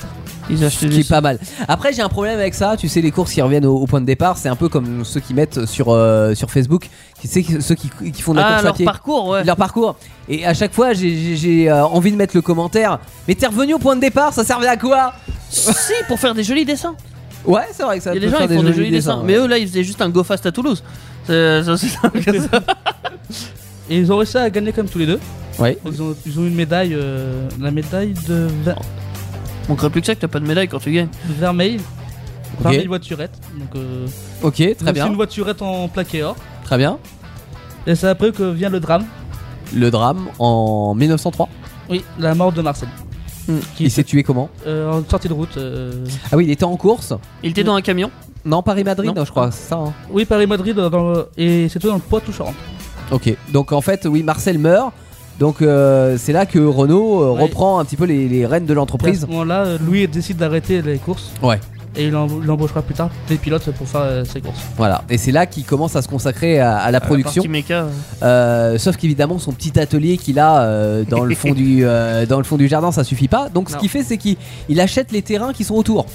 D: Ils
C: Ce qui est pas mal. Après, j'ai un problème avec ça. Tu sais, les courses qui reviennent au, au point de départ, c'est un peu comme ceux qui mettent sur, euh, sur Facebook, qui, c'est ceux qui, qui font de la
D: Ah,
C: course à
D: leur
C: pied.
D: parcours, ouais.
C: Leur parcours. Et à chaque fois, j'ai- j'ai j'ai, euh, envie de mettre le commentaire. Mais t'es revenu au point de départ, ça servait à quoi
D: si, pour faire des jolis dessins.
C: Ouais, c'est vrai que ça
D: Il y a
C: peut
D: des gens
C: faire
D: qui font des jolis dessins.
C: ouais.
D: Mais eux, là, ils faisaient juste un go fast à Toulouse. C'est c'est aussi simple que ça.
E: Et ils ont réussi à gagner comme tous les deux.
C: Ouais.
E: Donc, ils, ont, ils ont eu une médaille, euh, la médaille de ver-
D: On crée plus que ça que t'as pas de médaille quand tu gagnes.
E: de vermeil.
C: Ok.
E: Parmi les voiturettes. Donc, euh,
C: Ok, très
E: donc c'est
C: bien.
E: une voiturette en plaqué or.
C: Très bien.
E: Et c'est après que vient le drame.
C: Le drame en 1903.
E: Oui, la mort de Marcel. Qui-
C: Il s'est tué comment
E: euh, en sortie de route. euh,
C: Ah oui, il était en course.
D: Il était dans un camion.
C: Non, Paris-Madrid,
D: Non.
C: je crois, c'est ça. hein.
E: Oui, Paris-Madrid, euh, dans- dans- et c'était dans le poids tout charente.
D: Ah.
C: Ok. Donc en fait, oui, Marcel meurt. Donc euh, c'est là que Renault euh,
E: Ouais.
C: reprend un petit peu les, les rênes de
E: Et à
C: l'entreprise.
E: ce moment-là, euh, Louis décide d'arrêter les courses
C: Ouais.
E: et il em- il embauchera plus tard des pilotes pour faire euh, ses courses.
C: Voilà. Et c'est là qu'il commence à se consacrer à, à la production.
D: Partie méca. euh,
C: Euh, sauf qu'évidemment, son petit atelier qu'il a euh, dans le fond du euh, dans le fond du jardin, ça suffit pas. Donc ce
E: Non.
C: qu'il fait, c'est qu'il il achète les terrains qui sont autour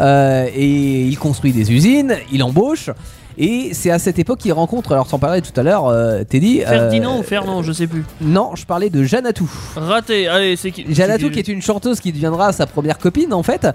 C: Euh, et il construit des usines, il embauche. Et c'est à cette époque qu'il rencontre, alors sans parler tout à l'heure, euh, Teddy. euh,
D: Ferdinand ou Fernand, je sais plus.
C: Non, je parlais de Janatou.
D: Raté. Allez, c'est qui
C: Janatou qui est une chanteuse qui deviendra sa première copine en fait.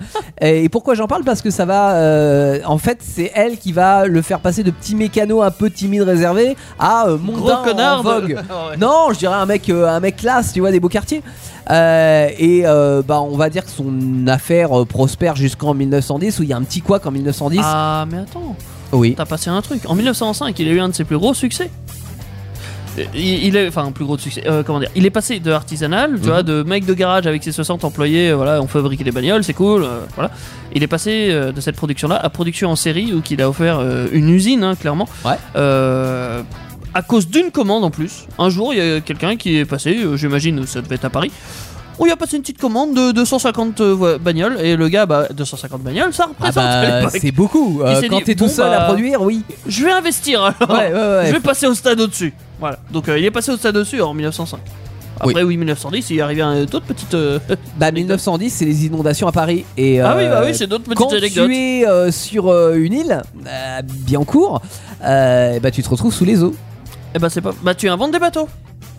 C: Et pourquoi j'en parle Parce que ça va... euh, en fait c'est elle qui va le faire passer de petit mécano un peu timide réservé à euh,
D: gros
C: mondain en
D: connard. de- Ah
C: vogue.
D: Ouais.
C: Non, je dirais un mec, euh, un mec classe, tu vois, des beaux quartiers. Euh, et euh, bah, on va dire que son affaire euh, prospère jusqu'en 1910, où il y a un petit couac en 1910.
D: Ah, mais attends.
C: oui.
D: T'as passé un truc. En 1905, il a eu un de ses plus gros succès. Euh, Il, il est, enfin, un plus gros succès. euh, comment dire Il est passé de artisanal, tu
C: Mhm.
D: vois, de mec de garage avec ses 60 employés. euh, voilà, on fabriquait des bagnoles, c'est cool. euh, voilà. Il est passé euh, de cette production-là à production en série, où il a offert euh, une usine, hein, clairement.
C: Ouais.
D: Euh, à cause d'une commande en plus. Un jour, il y a quelqu'un qui est passé. euh, J'imagine, ça devait être à Paris. On lui a passé une petite commande de 250 euh, ouais, bagnoles et le gars, bah, 250 bagnoles, ça
C: Ah
D: représente à
C: bah,
D: l'époque.
C: c'est beaucoup. Euh,
D: s'est
C: quand
D: dit,
C: t'es tout
D: bon,
C: seul à
D: bah,
C: produire, oui.
D: Je vais investir alors.
C: Ouais, ouais, ouais.
D: Je vais passer au stade au-dessus. Voilà. Donc euh, il est passé au stade au-dessus en 1905. Après, oui, 1910, il est arrivé un d'autres petites. euh,
C: Bah, 1910, c'est les inondations à Paris. Et,
D: ah oui,
C: euh,
D: bah oui, c'est d'autres petites
C: quand
D: anecdotes.
C: tu es euh, sur euh, une île, euh, bien court, bah tu te retrouves sous les eaux.
D: Eh bah, c'est pas. Bah, tu inventes des bateaux.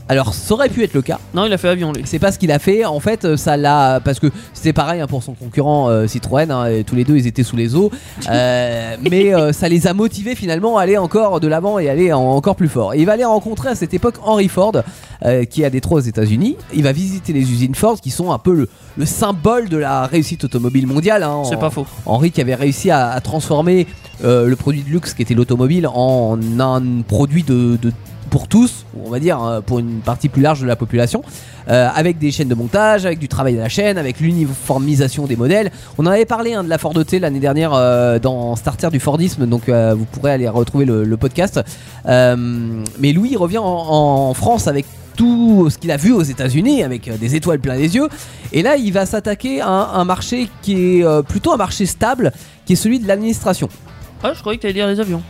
C: Alors ça aurait pu être le cas,
D: Non, il a fait avion lui.
C: C'est pas ce qu'il a fait. En fait, euh, ça l'a. Parce que c'était pareil hein, pour son concurrent euh, Citroën. hein, et tous les deux, ils étaient sous les eaux. Euh, mais euh, ça les a motivés finalement à aller encore de l'avant et aller en- encore plus fort. Et il va aller rencontrer à cette époque Henry Ford, euh, qui a des trois aux États-Unis. Il va visiter les usines Ford, qui sont un peu le, le symbole de la réussite automobile mondiale. hein,
D: C'est
C: en-
D: pas faux.
C: Henry qui avait réussi à, à transformer euh, le produit de luxe qui était l'automobile en un produit de, de- pour tous, ou on va dire hein, pour une partie plus large de la population, euh, avec des chaînes de montage, avec du travail de la chaîne, avec l'uniformisation des modèles. On en avait parlé hein, de la Ford T l'année dernière euh, dans Starter du Fordisme, donc euh, vous pourrez aller retrouver le, le podcast. Euh, mais Louis il revient en, en France avec tout ce qu'il a vu aux États-Unis, avec euh, des étoiles plein les yeux. Et là, il va s'attaquer à un, un marché qui est euh, plutôt un marché stable, qui est celui de l'administration.
D: Ah, je croyais que t'allais dire les avions.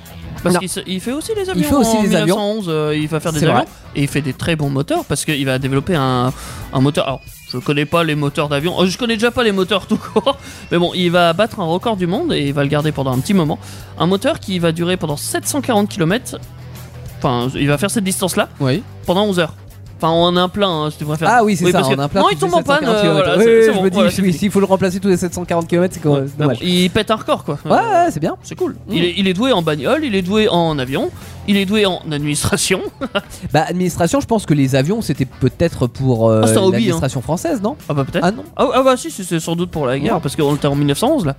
D: Parce
C: Non.
D: qu'il se- il fait aussi les avions.
C: fait aussi
D: en
C: les avions.
D: 1911, euh, il va faire des
C: C'est
D: avions.
C: vrai.
D: Et il fait des très bons moteurs parce qu'il va développer un, un moteur. Alors, je connais pas les moteurs d'avion. Oh, je connais déjà pas les moteurs tout court. Mais bon, il va battre un record du monde et il va le garder pendant un petit moment. Un moteur qui va durer pendant 740 km. Enfin, il va faire cette distance-là
C: Oui.
D: pendant 11 heures. Enfin, en un plein, hein, si tu préfères.
C: Ah oui, c'est ça.
D: parce
C: on
D: que-
C: a un plein
D: Non,
C: qui
D: il
C: fait
D: tombe en panne.
C: 740
D: euh,
C: kilomètres.
D: voilà,
C: Oui,
D: c'est-
C: oui,
D: c'est
C: je
D: bon,
C: me dis,
D: voilà,
C: oui, s'il faut le remplacer tous les 740 km, c'est quand même
D: Ah bon,
C: dommage.
D: il pète un record quoi.
C: Ouais, ouais, c'est bien.
D: C'est cool. Il, est, il est doué en bagnole, il est doué en avion, il est doué en administration.
C: Bah, administration, je pense que les avions, c'était peut-être pour euh,
D: Ah, c'est un hobby,
C: l'administration française, non
D: Ah bah peut-être.
C: Ah non
D: Ah, ah bah si, c'est- c'est sans doute pour la guerre,
C: Ouais.
D: parce qu'on était en 1911 là.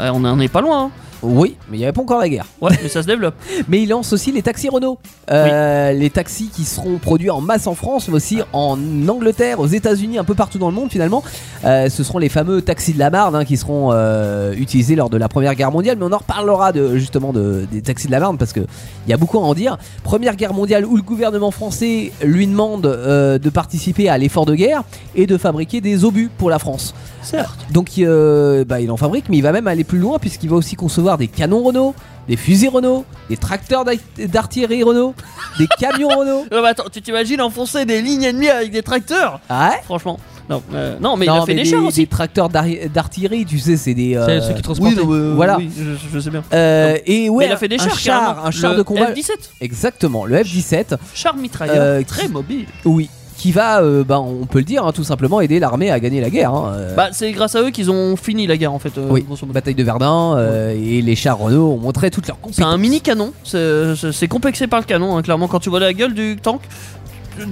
D: Euh, on en est pas loin. hein.
C: Oui, mais il n'y avait pas encore la guerre.
D: Ouais, mais ça se développe.
C: Mais il lance aussi les taxis Renault. Euh, Les taxis qui seront produits en masse en France, mais aussi en Angleterre, aux États-Unis, un peu partout dans le monde finalement. Euh, ce seront les fameux taxis de la Marne hein, qui seront euh, utilisés lors de la Première Guerre mondiale. Mais on en reparlera de, justement de- des taxis de la Marne parce qu'il y a beaucoup à en dire. Première Guerre mondiale où le gouvernement français lui demande euh, de participer à l'effort de guerre et de fabriquer des obus pour la France.
D: Certes.
C: Donc euh, bah, il en fabrique, mais il va même aller plus loin puisqu'il va aussi concevoir des canons Renault, des fusils Renault, des tracteurs d'ar- d'artillerie Renault, des camions Renault.
D: Ah bah attends, tu t'imagines enfoncer des lignes ennemies avec des tracteurs
C: Ah ouais
D: Franchement. Non, euh, non mais il
C: Non,
D: a fait
C: mais
D: des chars aussi.
C: des tracteurs d'ar- d'artillerie, tu sais, c'est des. euh,
E: C'est ceux qui transportent.
D: non, mais, euh,
C: Voilà.
D: oui, je, je sais bien.
C: euh, et ouais,
D: mais il a fait des
C: un
D: chars,
C: char,
D: carrément.
C: un char
D: Le
C: de combat.
D: F-17,
C: Exactement, le F-17.
D: char mitrailleur,
C: Euh,
D: très mobile.
C: Oui. Qui va, euh, bah, on peut le dire, hein, tout simplement aider l'armée à gagner la guerre. hein, euh,
D: Bah c'est grâce à eux qu'ils ont fini la guerre en fait. euh,
C: oui, Bah,
D: grosso modo.
C: bataille de Verdun euh, et les chars Renault ont montré toute leur
D: C'est
C: compétence.
D: un mini canon, c'est c'est- c'est complexé par le canon, hein, clairement. Quand tu vois la gueule du tank,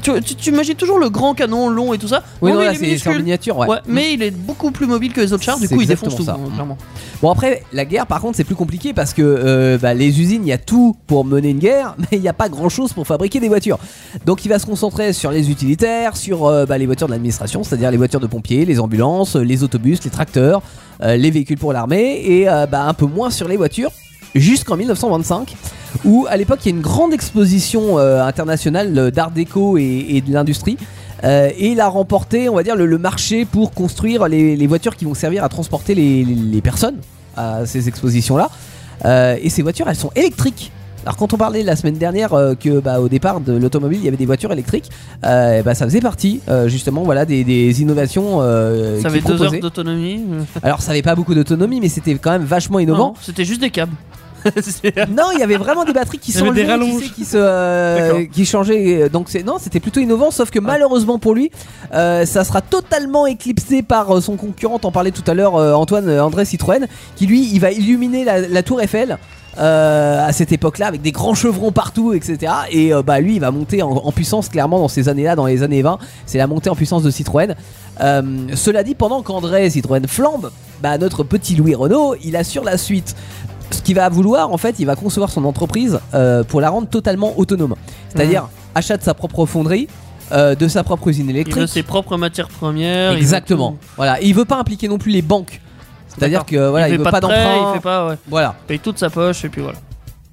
D: tu, tu- tu imagines toujours le grand canon long et tout ça.
C: Oui,
D: Bon,
C: non,
D: mais
C: là,
D: il est
C: c'est c'est en
D: minuscule.
C: miniature, ouais.
D: Ouais, mais il est beaucoup plus mobile que les autres chars, du
C: C'est
D: coup il défonce tout,
C: exactement ça.
D: hein, clairement.
C: Bon, après, la guerre, par contre, c'est plus compliqué parce que euh, bah, les usines, il y a tout pour mener une guerre, mais il n'y a pas grand chose pour fabriquer des voitures. Donc, il va se concentrer sur les utilitaires, sur euh, bah, les voitures de l'administration, c'est-à-dire les voitures de pompiers, les ambulances, les autobus, les tracteurs, euh, les véhicules pour l'armée, et euh, bah, un peu moins sur les voitures jusqu'en 1925 où à l'époque il y a une grande exposition euh, internationale euh, d'art déco et, et de l'industrie Euh, et il a remporté on va dire le, le marché pour construire les, les voitures qui vont servir à transporter les, les- les personnes à ces expositions là et ces voitures elles sont électriques alors quand on parlait la semaine dernière euh, que bah, au départ de l'automobile il y avait des voitures électriques, euh, et bah, ça faisait partie euh, justement voilà des, des innovations euh,
D: Ça
C: qui
D: avait deux heures
C: proposaient.
D: d'autonomie. euh,
C: Alors ça avait pas beaucoup d'autonomie mais c'était quand même vachement innovant.
D: non, C'était juste des câbles. C'est-
C: Non, il y avait vraiment des batteries qui
E: Il y avait
C: s'enlevaient,
E: des
C: qui,
E: rallonges.
C: sais, qui se, euh,
E: D'accord.
C: qui changeaient. Donc c'est non, c'était plutôt innovant. Sauf que malheureusement pour lui, euh, ça sera totalement éclipsé par euh, son concurrent. T'en parlait tout à l'heure, euh, Antoine euh, André Citroën, qui lui, il va illuminer la, la tour Eiffel. euh, à cette époque-là, avec des grands chevrons partout, etc. Et euh, bah lui, il va monter en, en puissance clairement dans ces années-là, dans les années 20. C'est la montée en puissance de Citroën. Euh, cela dit, pendant qu'André Citroën flambe, bah notre petit Louis Renault, il assure la suite ce qu'il va vouloir, en fait, il va concevoir son entreprise euh, pour la rendre totalement autonome. C'est-à-dire achat de sa propre fonderie, euh, de sa propre usine
D: Il veut ses
C: électrique.
D: propres matières premières. il veut
C: Exactement.
D: tout.
C: Voilà. Et il veut pas impliquer non plus les banques. C'est-à-dire
D: D'accord.
C: que voilà, il,
D: il fait
C: veut
D: pas,
C: pas
D: de prêt,
C: d'emprunt.
D: il fait pas, ouais.
C: Voilà.
D: Il paye toute sa poche et puis voilà.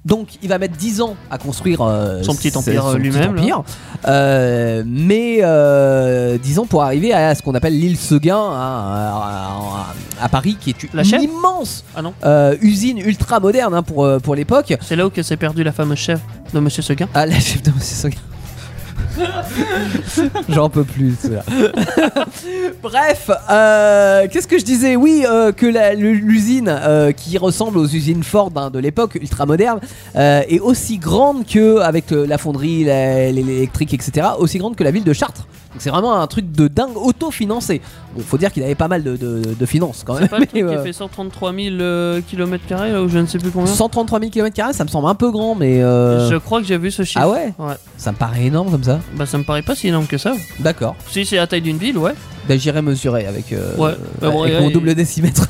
C: Donc il va mettre 10 ans à construire euh,
D: Son petit
C: ce-
D: empire,
C: son
D: euh,
C: petit
D: lui-même, là.
C: empire. Euh, mais euh, 10 ans pour arriver à ce qu'on appelle l'île Seguin hein, à, à- à Paris, qui est une
D: La chèvre
C: immense
D: Ah non.
C: euh, usine ultra moderne hein, pour, euh, pour l'époque.
D: C'est là où que s'est perdu la fameuse chef de Monsieur Seguin.
C: Ah, la chef de Monsieur Soga. J'en peux plus. ceux-là. Bref, euh, qu'est-ce que je disais Oui, euh, que la- le- l'usine euh, qui ressemble aux usines Ford hein, de l'époque, ultra moderne, euh, est aussi grande que, avec euh, la fonderie, la- l'électrique, etc., aussi grande que la ville de Chartres. Donc c'est vraiment un truc de dingue autofinancé. Bon, faut dire qu'il avait pas mal de, de- de finances quand même.
D: C'est pas le
C: mais,
D: truc qui
C: euh,
D: a fait 133 000 km euh, là ou je ne sais plus combien.
C: 133 000 km, ça me semble un peu grand, mais. euh,
D: Je crois que j'ai vu ce chiffre.
C: Ah ouais
D: Ouais.
C: Ça me paraît énorme comme ça.
D: Bah ça me paraît pas si énorme que ça.
C: D'accord.
D: Si c'est la taille d'une ville, ouais.
C: Ben, J'irai mesurer avec, euh,
D: Ouais, bah bon,
C: avec
D: ouais,
C: mon
D: il-
C: double décimètre.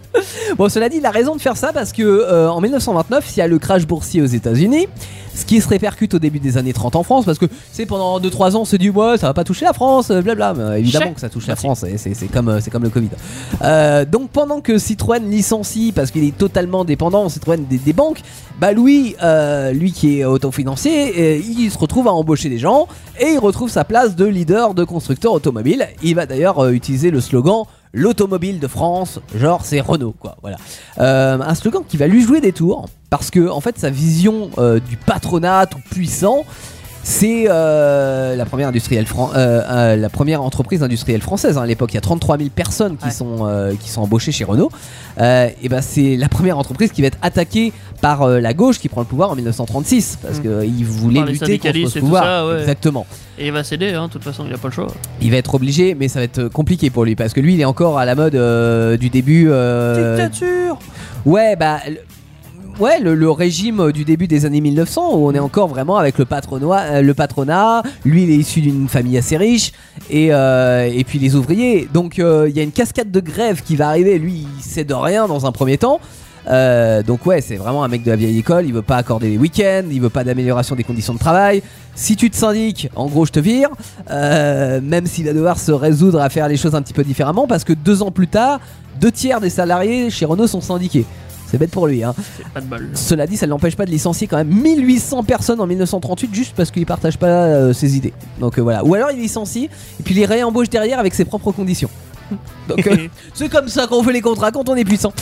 C: bon, cela dit, il a raison de faire ça parce que euh, en 1929, il y a le crash boursier aux États-Unis, ce qui se répercute au début des années 30 en France parce que c'est pendant 2-3 ans, on se dit, ouais, ça va pas toucher la France, euh, blabla. Mais, euh, évidemment
D: Chais.
C: que ça touche la
D: Merci.
C: France, et c'est c'est comme, euh, c'est comme le Covid. Euh, donc, pendant que Citroën licencie parce qu'il est totalement dépendant, Citroën des, des banques, bah Louis, euh, lui qui est autofinancier, euh, il se retrouve à embaucher des gens et il retrouve sa place de leader de constructeur automobile. Il va d'ailleurs euh, utiliser le slogan l'automobile de France, genre c'est Renault quoi. Voilà, Euh, un slogan qui va lui jouer des tours parce que en fait sa vision euh, du patronat tout puissant. C'est euh, la première industrielle fran- euh, euh, la première entreprise industrielle française hein. à l'époque. Il y a 33 000 personnes qui
D: Ouais.
C: sont euh, qui sont embauchées chez Renault. Euh, et ben c'est la première entreprise qui va être attaquée par euh, la gauche qui prend le pouvoir en 1936 parce
D: Mm.
C: que euh, ils voulaient
D: Par les
C: lutter contre
D: syndicalistes
C: ce
D: et tout
C: pouvoir.
D: ça, ouais.
C: Exactement.
D: Et il va céder, hein, de toute façon, il a pas le choix.
C: Il va être obligé, mais ça va être euh, compliqué pour lui parce que lui, il est encore à la mode euh, du début. euh,
D: Dictature
C: Ouais, bah. le- Ouais, le, le régime du début des années 1900 où on est encore vraiment avec le patronat, euh, le patronat. Lui, il est issu d'une famille assez riche et, euh, et puis les ouvriers. Donc euh, il y a une cascade de grève qui va arriver. Lui, il sait de rien dans un premier temps. Euh, donc ouais, c'est vraiment un mec de la vieille école. Il veut pas accorder les week-ends, il veut pas d'amélioration des conditions de travail. Si tu te syndiques, en gros, je te vire. Euh, même s'il va devoir se résoudre à faire les choses un petit peu différemment parce que deux ans plus tard, deux tiers des salariés chez Renault sont syndiqués. C'est bête pour lui. Hein.
D: C'est pas de bol.
C: Cela dit, ça ne l'empêche pas de licencier quand même 1800 personnes en 1938 juste parce qu'il partage pas euh, ses idées. Donc euh, voilà. Ou alors il licencie et puis il les réembauche derrière avec ses propres conditions. Donc euh, c'est comme ça qu'on fait les contrats quand on est puissant.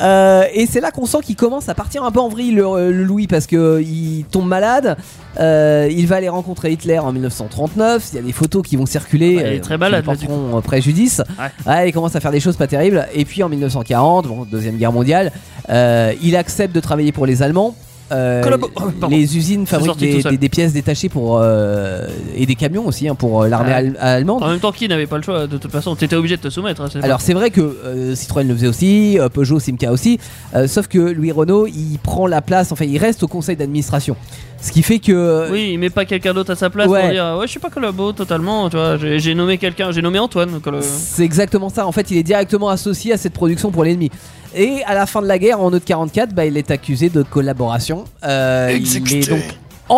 C: Euh, et c'est là qu'on sent qu'il commence à partir un peu en vrille, le, le Louis, parce que euh, il tombe malade. Euh, il va aller rencontrer Hitler en 1939. Il y a des photos qui vont circuler.
D: Ah bah, il est
C: euh,
D: très malade,
C: qui
D: là,
C: lui porteront, euh, préjudice. Ouais, il commence à faire des choses pas terribles. Et puis en 1940, bon, deuxième guerre mondiale, euh, il accepte de travailler pour les Allemands. euh,
D: Collabo- Oh, pardon.
C: les usines fabriquent
D: sorti
C: des,
D: tout seul.
C: des- des pièces détachées pour euh, et des camions aussi hein, pour euh, l'armée
D: Ah.
C: al- allemande.
D: En même temps, qui n'avait pas le choix De toute façon, t'étais obligé de te soumettre. hein, c'est-
C: Alors c'est vrai que euh, Citroën le faisait aussi, euh, Peugeot, Simca aussi, euh, sauf que Louis Renault il prend la place, enfin il reste au conseil d'administration, ce qui fait que
D: Oui, il met pas quelqu'un d'autre à sa place
C: euh, Ouais.
D: pour dire ouais, je suis pas collabo totalement. Tu vois, j'ai j'ai nommé quelqu'un, j'ai nommé Antoine. euh, collabo.
C: euh, C'est exactement ça. En fait, il est directement associé à cette production pour l'ennemi. Et à la fin de la guerre, en août 44, bah, il est accusé de collaboration. Euh, il est donc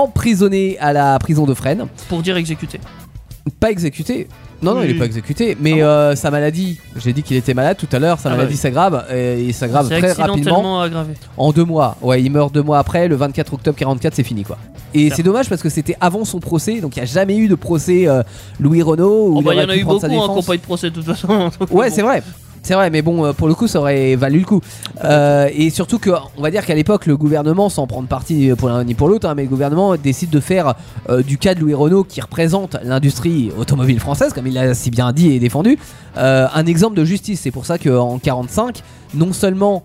C: emprisonné à la prison de Fresnes.
D: Pour dire exécuter.
C: Pas exécuté. Non, non, il est
D: Oui.
C: pas exécuté. Mais euh, sa maladie, j'ai dit qu'il était malade tout à l'heure, sa
D: Ah bah
C: maladie
D: oui.
C: s'aggrave et il s'aggrave
D: C'est
C: très rapidement.
D: accidentellement aggravé.
C: En deux mois. Ouais, il meurt deux mois après, le 24 octobre 44, c'est fini quoi. Et
D: Ça.
C: c'est dommage parce que c'était avant son procès, donc il n'y a jamais eu de procès euh, Louis Renault. où
D: Oh, bah, il y
C: aurait
D: en a
C: pu
D: eu
C: prendre
D: beaucoup
C: sa
D: en
C: défense.
D: compagnie de procès de toute façon.
C: Ouais, c'est vrai. C'est vrai, mais bon, euh, pour le coup, ça aurait valu le coup. Euh, et surtout que, on va dire qu'à l'époque, le gouvernement, sans prendre parti pour l'un ni pour l'autre, hein, mais le gouvernement décide de faire euh, du cas de Louis Renault, qui représente l'industrie automobile française, comme il l'a si bien dit et défendu, euh, un exemple de justice. C'est pour ça qu'en 45, non seulement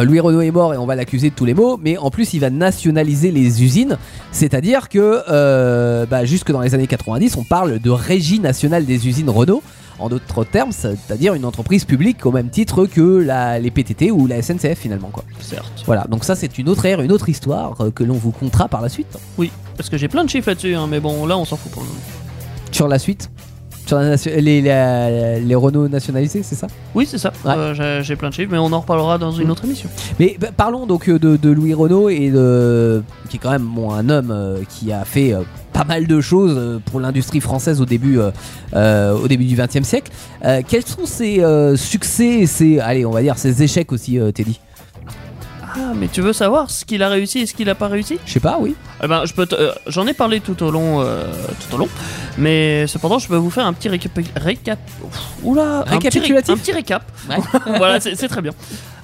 C: Louis Renault est mort et on va l'accuser de tous les maux, mais en plus il va nationaliser les usines, c'est-à-dire que euh, bah, jusque dans les années 90, on parle de régie nationale des usines Renault. En d'autres termes, c'est-à-dire une entreprise publique au même titre que la, les PTT ou la SNCF finalement quoi.
D: Certes.
C: Voilà, donc ça c'est une autre ère, une autre histoire euh, que l'on vous comptera par la suite.
D: Oui, parce que j'ai plein de chiffres là-dessus, hein, mais bon, là on s'en fout pour le moment.
C: Sur la suite, sur la nation- les, la- les Renault nationalisés, c'est ça
D: Oui, c'est ça.
C: Ouais. Mm.
D: Euh, j'ai- j'ai plein de chiffres, mais on en reparlera dans une autre émission.
C: Mais bah, parlons donc euh, de, de Louis Renault et de qui est quand même bon, un homme euh, qui a fait euh, pas mal de choses euh, pour l'industrie française au début, euh, euh, au début du XXe siècle. Euh, quels sont ses euh, succès et ses allez on va dire ses échecs aussi euh, Teddy
D: Ah, mais tu veux savoir ce qu'il a réussi et ce qu'il a pas réussi
C: Je sais pas oui.
D: Eh ben, je peux te- euh, j'en ai parlé tout au long, euh, tout au long, mais cependant, je peux vous faire un petit récap, récap, Ouf, oula, un petit, ré-
C: Récapitulatif
D: un petit récap. voilà, c'est c'est très bien.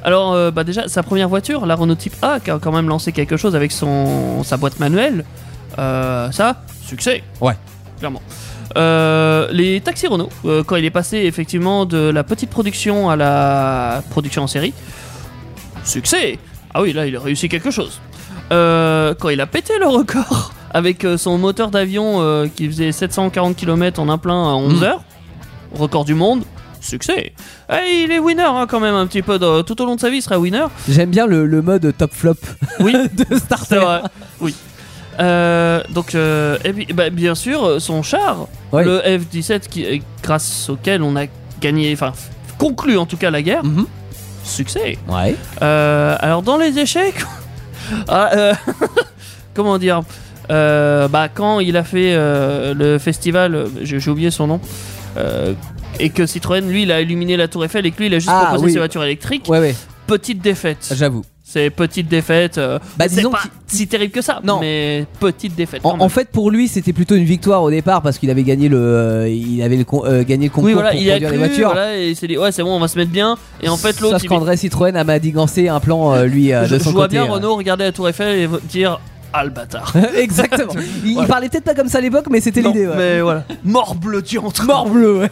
D: Alors, euh, bah déjà, sa première voiture, la Renault Type A, qui a quand même lancé quelque chose avec son sa boîte manuelle. Euh, ça, succès.
C: Ouais.
D: Clairement. Euh, les taxis Renault, euh, quand il est passé effectivement de la petite production à la production en série, succès. Ah oui, là, il a réussi quelque chose. Euh, quand il a pété le record avec euh, son moteur d'avion euh, qui faisait 740 km en un plein à 11
C: Mhm.
D: heures, record du monde, succès. Eh, il est winner hein, quand même un petit peu dans- tout au long de sa vie, il sera winner.
C: J'aime bien le, le mode top flop
D: Oui,
C: de Starter.
D: c'est vrai. Oui. Euh, donc, euh, et puis, bah, bien sûr, euh, son char,
C: Ouais.
D: le F-17, qui, euh, grâce auquel on a gagné, enfin f- conclu en tout cas la guerre,
C: Mhm.
D: Hmm. succès.
C: Ouais.
D: Euh, alors dans les échecs, ah, euh, comment dire, Euh, bah quand il a fait euh, le festival, euh, j'ai j'ai oublié son nom. euh, et que Citroën, lui, il a illuminé la Tour Eiffel et que lui, il a juste
C: Ah,
D: proposé
C: oui.
D: ses voitures électriques.
C: Ouais ouais.
D: Petite défaite.
C: J'avoue.
D: C'est petite défaite. euh,
C: Bah,
D: c'est
C: disons
D: pas
C: qu'il-
D: si terrible que ça.
C: Non.
D: Mais petite défaite. quand
C: En, en
D: même.
C: fait, pour lui, c'était plutôt une victoire au départ parce qu'il avait gagné le, euh, il avait le con- euh, gagné le concours
D: oui, voilà,
C: pour
D: il a
C: produire
D: cru,
C: les voitures.
D: voilà, et il s'est dit, ouais, c'est bon, on va se mettre bien. Et en fait, l'autre,
C: Sauf
D: il
C: qu'André Citroën a manigancé un plan, euh, lui, euh,
D: je,
C: de
D: je
C: son
D: vois
C: côté.
D: bien
C: euh.
D: Renault regarder la Tour Eiffel et dire, ah le bâtard.
C: Exactement. Il, il
D: Voilà.
C: parlait peut-être pas comme ça à l'époque, mais c'était
D: Non,
C: l'idée. ouais.
D: Mais voilà, morbleu, tu entres.
C: Mort bleu. ouais.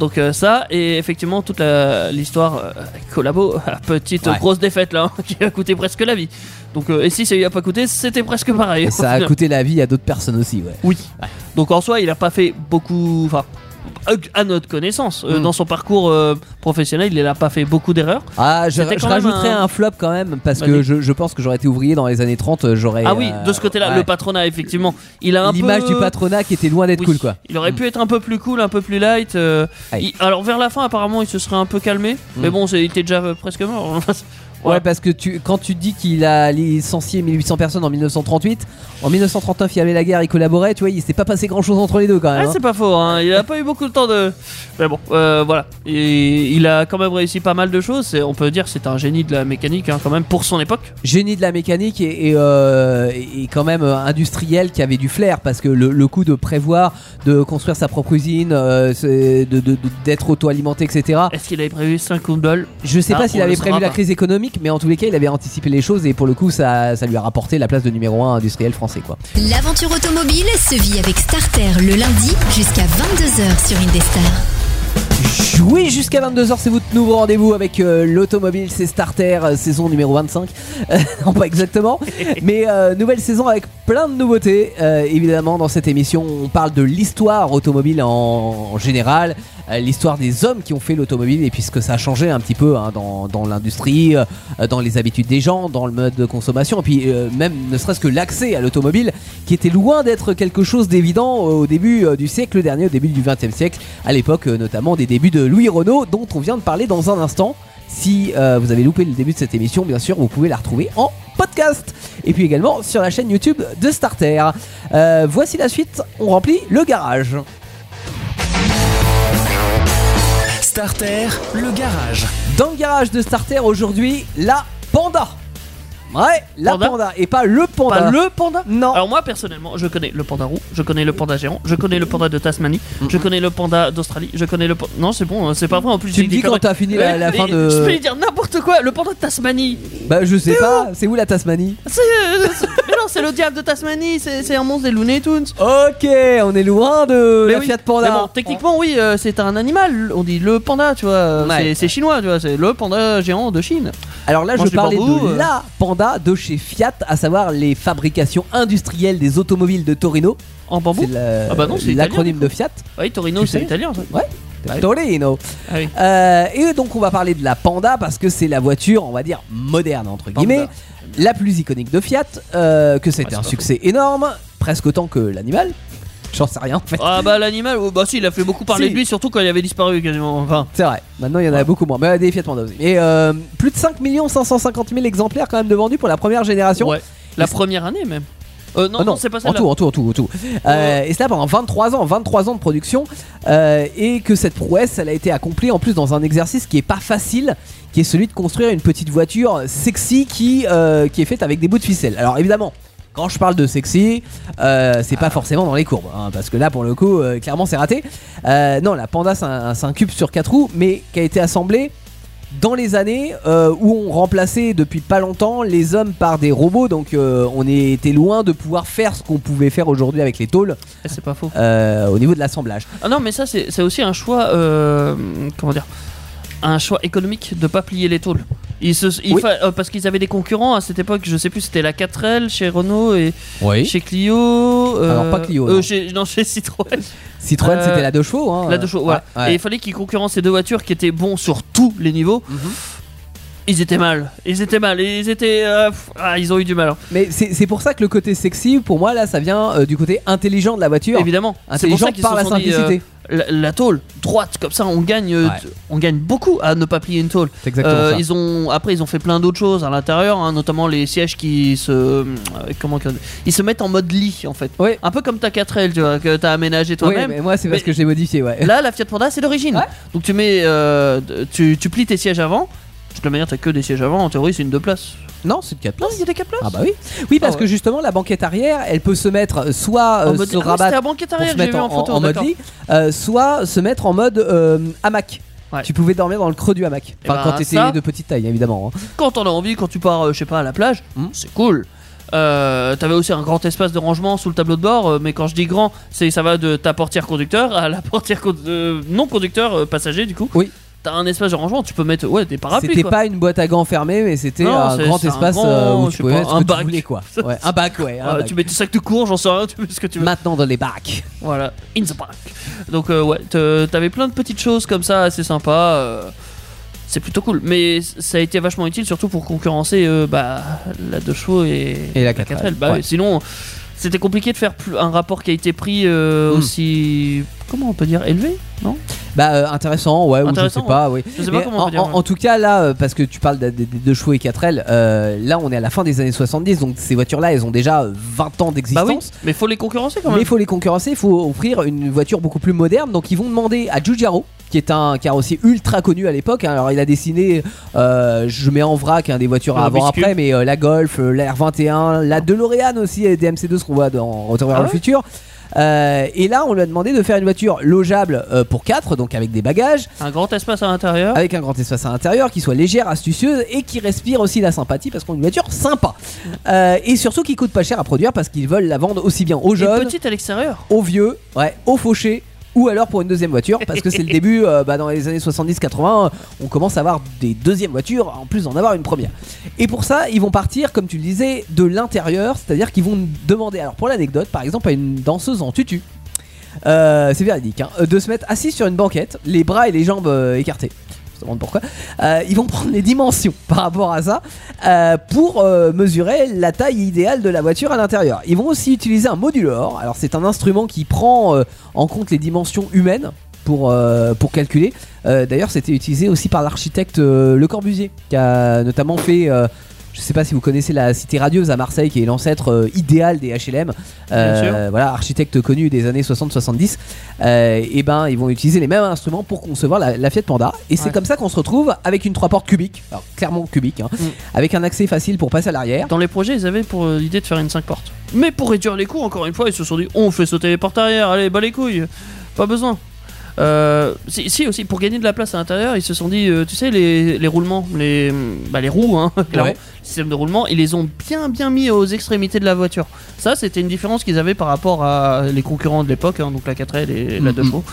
D: Donc euh, ça, et effectivement, toute la- l'histoire euh, collabo, petite
C: Ouais.
D: grosse défaite là, hein, qui a coûté presque la vie. Donc, euh, et si ça lui a pas coûté, c'était presque pareil.
C: Et ça
D: Au
C: a
D: final.
C: coûté la vie à d'autres personnes aussi, ouais.
D: Oui. Donc en soi, il a pas fait beaucoup. Enfin, à notre connaissance, Euh,
C: Mm.
D: dans son parcours euh, professionnel, il n'a pas fait beaucoup d'erreurs.
C: Ah, je,
D: C'était
C: je
D: quand même
C: rajouterais un...
D: un-
C: flop quand même, parce
D: Vas-y.
C: que je, je pense que j'aurais été ouvrier dans les années 30, j'aurais.
D: Ah oui,
C: euh,
D: de ce côté-là,
C: ouais.
D: le patronat, effectivement, il a un peu
C: L'image du patronat qui était loin d'être
D: Oui.
C: cool, quoi.
D: Il aurait
C: Mm.
D: pu être un peu plus cool, un peu plus light. euh,
C: Aïe. Mm.
D: il- alors vers la fin, apparemment, il se serait un peu calmé. Mais bon, c'est- il était déjà euh, presque mort.
C: Ouais,
D: Ouais.
C: parce que tu, quand tu dis qu'il a licencié 1800 personnes en 1938, en 1939 il y avait la guerre, il collaborait, tu vois, il s'est pas passé grand chose entre les deux quand
D: Ah,
C: même. hein.
D: c'est pas faux, hein. il a pas eu beaucoup de temps de. Mais bon, euh, voilà. Et il a quand même réussi pas mal de choses. Et on peut dire que c'est un génie de la mécanique, hein, quand même, pour son époque.
C: génie de la mécanique et, et, euh, et- et quand même euh, industriel qui avait du flair parce que le, le coup de prévoir de construire sa propre usine euh, c'est- de- de- de- d'être auto-alimenté etc
D: Est-ce qu'il avait prévu 5 coups de bol
C: je sais
D: Ah,
C: pas s'il
D: on
C: avait
D: le saura
C: prévu la
D: pas.
C: crise économique mais en tous les cas il avait anticipé les choses et pour le coup ça, ça lui a rapporté la place de numéro 1 industriel français quoi
B: L'aventure automobile se vit avec Starter le lundi jusqu'à 22h sur Indestar.
C: Oui, jusqu'à 22h, c'est votre nouveau rendez-vous avec euh, l'automobile, c'est Starter, euh, saison numéro 25. Euh, non, pas exactement. Mais euh, nouvelle saison avec plein de nouveautés. Euh, évidemment, dans cette émission, on parle de l'histoire automobile en, en général, euh, l'histoire des hommes qui ont fait l'automobile et puis ce que ça a changé un petit peu hein, dans, dans l'industrie, euh, dans les habitudes des gens, dans le mode de consommation, et puis euh, même ne serait-ce que l'accès à l'automobile qui était loin d'être quelque chose d'évident au début euh, du siècle dernier, au début du 20e siècle, à l'époque euh, notamment des débuts de Louis Renault dont on vient de parler dans un instant. Si euh, vous avez loupé le début de cette émission, bien sûr, vous pouvez la retrouver en podcast et puis également sur la chaîne YouTube de Starter. Euh, voici la suite, on remplit le garage.
A: Starter, le garage.
C: Dans le garage de Starter aujourd'hui, la Panda. Ouais, la Panda,
D: Panda
C: et pas le Panda.
D: Pas le panda
C: Non.
D: Alors moi personnellement, je connais le panda roux, je connais le panda géant, je connais le panda de Tasmanie,
C: Mm.
D: je connais le panda d'Australie, je connais le panda... Non c'est bon, hein, c'est pas vrai en plus.
C: Tu
D: j'ai
C: me
D: dit
C: dis quand
D: conneries.
C: t'as fini la,
D: Ouais,
C: la fin
D: mais Je peux lui
C: de.
D: dire n'importe quoi, le panda de Tasmanie
C: Bah je sais pas, c'est où la Tasmanie
D: C'est... c'est- mais non, c'est le diable de Tasmanie, c'est c'est un monstre des Looney Tunes
C: Ok, on est loin de
D: Mais
C: la
D: oui.
C: Fiat Panda.
D: Mais bon, techniquement, oui, euh, c'est un animal. On dit le panda, tu vois. euh,
C: Ouais.
D: c'est- C'est chinois, tu vois. C'est le panda géant de Chine.
C: Alors là,
D: mange
C: je
D: du
C: parlais
D: bambou,
C: de
D: euh.
C: la Panda de chez Fiat, à savoir les fabrications industrielles des automobiles de Torino.
D: En bambou
C: C'est la-
D: Ah bah non, c'est
C: l'acronyme de
D: italien,
C: Fiat.
D: Ah Oui, Torino,
C: Tu
D: c'est
C: sais
D: italien, ça.
C: Ouais.
D: Ouais.
C: Torino.
D: Ah oui.
C: Euh, et donc on va parler de la Panda parce que c'est la voiture, on va dire moderne entre guillemets, la plus iconique de Fiat, euh, que c'était
D: c'est
C: un
D: pas
C: succès énorme, presque autant que l'animal. J'en sais rien en fait.
D: Ah bah l'animal, oh, bah si, il a fait beaucoup parler
C: Si.
D: de lui, surtout quand il avait disparu quasiment. Enfin,
C: C'est vrai, maintenant il y en a
D: Ouais.
C: beaucoup moins. Mais euh, des Fiat Panda aussi. Et euh, plus de 5 550 000 exemplaires quand même de vendus pour la première génération.
D: ouais. La
C: c'est-
D: première année même. Euh, non,
C: Ah
D: non, c'est pas
C: en
D: celle-là.
C: tout, en tout, en tout, en tout. Euh, et cela pendant 23 ans, 23 ans de production, euh, et que cette prouesse, elle a été accomplie en plus dans un exercice qui est pas facile, qui est celui de construire une petite voiture sexy qui, euh, qui est faite avec des bouts de ficelle. Alors évidemment. Quand je parle de sexy, euh, c'est
D: Ah.
C: pas forcément dans les courbes, hein, parce que là pour le coup, euh, clairement c'est raté. Euh, non, la Panda c'est un, c'est un cube sur quatre roues, mais qui a été assemblée dans les années euh, où on remplaçait depuis pas longtemps les hommes par des robots, donc euh, on était loin de pouvoir faire ce qu'on pouvait faire aujourd'hui avec les tôles
D: Eh, C'est pas faux.
C: euh, au niveau de l'assemblage.
D: Ah non, mais ça, c'est c'est aussi un choix. euh, comment dire un choix économique de pas plier les tôles. Ils se, il
C: Oui.
D: fa- euh, parce qu'ils avaient des concurrents à cette époque, je sais plus, c'était la 4L chez Renault et
C: Oui.
D: chez Clio. euh,
C: Alors, pas Clio,
D: euh,
C: non.
D: chez, non, chez Citroën.
C: Citroën
D: Euh,
C: c'était la deux chevaux. Hein,
D: La deux chevaux, voilà.
C: Ouais, ouais.
D: Et il fallait qu'ils concurrencent ces deux voitures qui étaient bons sur tous les niveaux.
C: Mhm.
D: Ils étaient mal, ils étaient mal, Et ils étaient. euh, pff, ah, ils ont eu du mal, hein.
C: Mais c'est c'est pour ça que le côté sexy, pour moi là, ça vient euh, du côté intelligent de la voiture.
D: évidemment. C'est pour
C: Intelligent
D: ça qu'ils
C: par
D: se
C: la
D: sont dit,
C: simplicité.
D: euh, la, la tôle droite, comme ça, on gagne, euh,
C: Ouais.
D: t- on gagne beaucoup à ne pas plier une tôle.
C: c'est exactement
D: Euh,
C: ça.
D: ils ont après ils ont fait plein d'autres choses à l'intérieur, hein, notamment les sièges qui se euh, comment qu'on- ils se mettent en mode lit en fait.
C: Ouais.
D: Un peu comme ta 4L, tu vois, que t'as aménagé
C: Oui,
D: toi-même.
C: mais moi c'est parce
D: Mais-
C: que je l'ai modifié, ouais.
D: Là, la Fiat Panda, c'est d'origine.
C: Ouais.
D: Donc tu mets, euh, tu, tu plies tes sièges avant. De toute manière, t'as que des sièges avant. En théorie, c'est une deux places.
C: Non, c'est de 4
D: Non, il y a des quatre places.
C: Ah bah oui. Oui, parce
D: Ah ouais.
C: que justement la banquette arrière, elle peut se mettre soit euh,
D: En mode-
C: se
D: ah oui,
C: rabattre
D: c'était à banquette
C: pour
D: arrière,
C: se
D: j'ai
C: mettre
D: vu en,
C: en,
D: photo.
C: en mode
D: d'accord.
C: lit, euh, soit se mettre en mode euh, hamac.
D: Ouais.
C: Tu pouvais dormir dans le creux du hamac.
D: Eh
C: Enfin,
D: ben,
C: quand t'étais
D: ça-
C: de petite taille, évidemment. hein.
D: Quand t'en as envie, quand tu pars, euh, je sais pas, à la plage,
C: Mhm.
D: c'est cool. Euh, T'avais aussi un grand espace de rangement sous le tableau de bord, euh, mais quand je dis grand, c'est ça va de ta portière conducteur à la portière con- euh, non conducteur euh, passager du coup.
C: Oui.
D: T'as un espace de rangement, tu peux mettre ouais des parapluies.
C: C'était
D: quoi.
C: pas une boîte à gants fermée, mais c'était
D: Non,
C: un
D: c'est-
C: grand
D: c'est un
C: espace
D: grand,
C: euh, où
D: je
C: tu
D: sais
C: pouvais
D: pas,
C: mettre
D: un
C: ce que tu
D: bac.
C: voulais, quoi. Ouais, un bac, ouais. un
D: Euh,
C: bac.
D: tu mets tes sacs de cours, j'en sais rien, tu mets ce que tu veux.
C: Maintenant dans les bacs.
D: Voilà, in the park. Donc euh, ouais, te- t'avais plein de petites choses comme ça, assez sympa. euh, c'est plutôt cool, mais c- ça a été vachement utile, surtout pour concurrencer euh, bah, la 2 chevaux et,
C: Et la 4L.
D: 4L. Bah,
C: Ouais.
D: oui, Sinon, c'était compliqué de faire plus- un rapport qualité-prix euh,
C: Hmm.
D: aussi, comment on peut dire, élevé, non
C: Bah euh, intéressant, ouais, ou je
D: Intéressant,
C: sais pas, oui.
D: Je sais pas
C: Mais
D: comment on
C: en,
D: peut dire. hein.
C: en- en tout cas, là, euh, parce que tu parles des des- des deux chevaux et 4L, euh, là on est à la fin des années 70, donc ces voitures-là, elles ont déjà euh, 20 ans
D: bah
C: d'existence.
D: oui, mais faut les concurrencer quand
C: Mais
D: même.
C: il faut les concurrencer, il faut offrir une voiture beaucoup plus moderne. Donc ils vont demander à Giugiaro, qui est un carrossier ultra connu à l'époque. hein. Alors il a dessiné, euh, je mets en vrac hein, des voitures
D: Le Rubik's
C: avant-après,
D: Cube.
C: mais euh, la Golf, euh, la R21, la DeLorean aussi, et des MC2, ce qu'on voit dans Retour vers
D: Ah
C: le
D: ouais
C: futur. Euh, et là, on lui a demandé de faire une voiture logeable euh, pour 4, donc avec des bagages,
D: Un grand espace à l'intérieur.
C: avec un grand espace à l'intérieur, qui soit légère, astucieuse et qui respire aussi la sympathie parce qu'on a une voiture sympa.
D: Mm.
C: Euh, et surtout qui coûte pas cher à produire parce qu'ils veulent la vendre aussi bien aux
D: Et
C: jeunes
D: petite à l'extérieur.
C: aux vieux, ouais, aux fauchés, ou alors pour une deuxième voiture parce que c'est le début euh, bah, dans les années 70-80 on commence à avoir des deuxièmes voitures en plus d'en avoir une première et pour ça ils vont partir comme tu le disais de l'intérieur c'est à dire qu'ils vont demander alors pour l'anecdote par exemple à une danseuse en tutu euh, c'est véridique hein, de se mettre assise sur une banquette les bras et les jambes euh, écartés je me demande pourquoi Euh, ils vont prendre les dimensions par rapport à ça euh, pour euh, mesurer la taille idéale de la voiture à l'intérieur. Ils vont aussi utiliser un modulor. Alors c'est un instrument qui prend euh, en compte les dimensions humaines pour, euh, pour calculer. Euh, D'ailleurs c'était utilisé aussi par l'architecte euh, Le Corbusier qui a notamment fait... euh, je sais pas si vous connaissez la cité radieuse à Marseille qui est l'ancêtre euh, idéal des HLM.
E: Bien
C: Euh, voilà, architecte connu des années 60-70. Euh, et ben ils vont utiliser les mêmes instruments pour concevoir la, la Fiat Panda et c'est
D: Ouais.
C: comme ça qu'on se retrouve avec une trois portes cubique alors clairement cubique hein,
D: Mm.
C: avec un accès facile pour passer à l'arrière
D: Dans les projets, ils avaient pour euh, l'idée de faire une 5 portes. Mais pour réduire les coûts, encore une fois, ils se sont dit on fait sauter les portes arrière, allez, bas les couilles, pas besoin. Euh, si, si, aussi, pour gagner de la place à l'intérieur, ils se sont dit, euh, tu sais, les, les roulements, les, bah, les roues, hein, clairement,
C: Ouais.
D: le système de roulement, ils les ont bien bien mis aux extrémités de la voiture. Ça, c'était une différence qu'ils avaient par rapport à les concurrents de l'époque, hein, donc la 4L et la
C: Mhm.
D: 2 chevaux.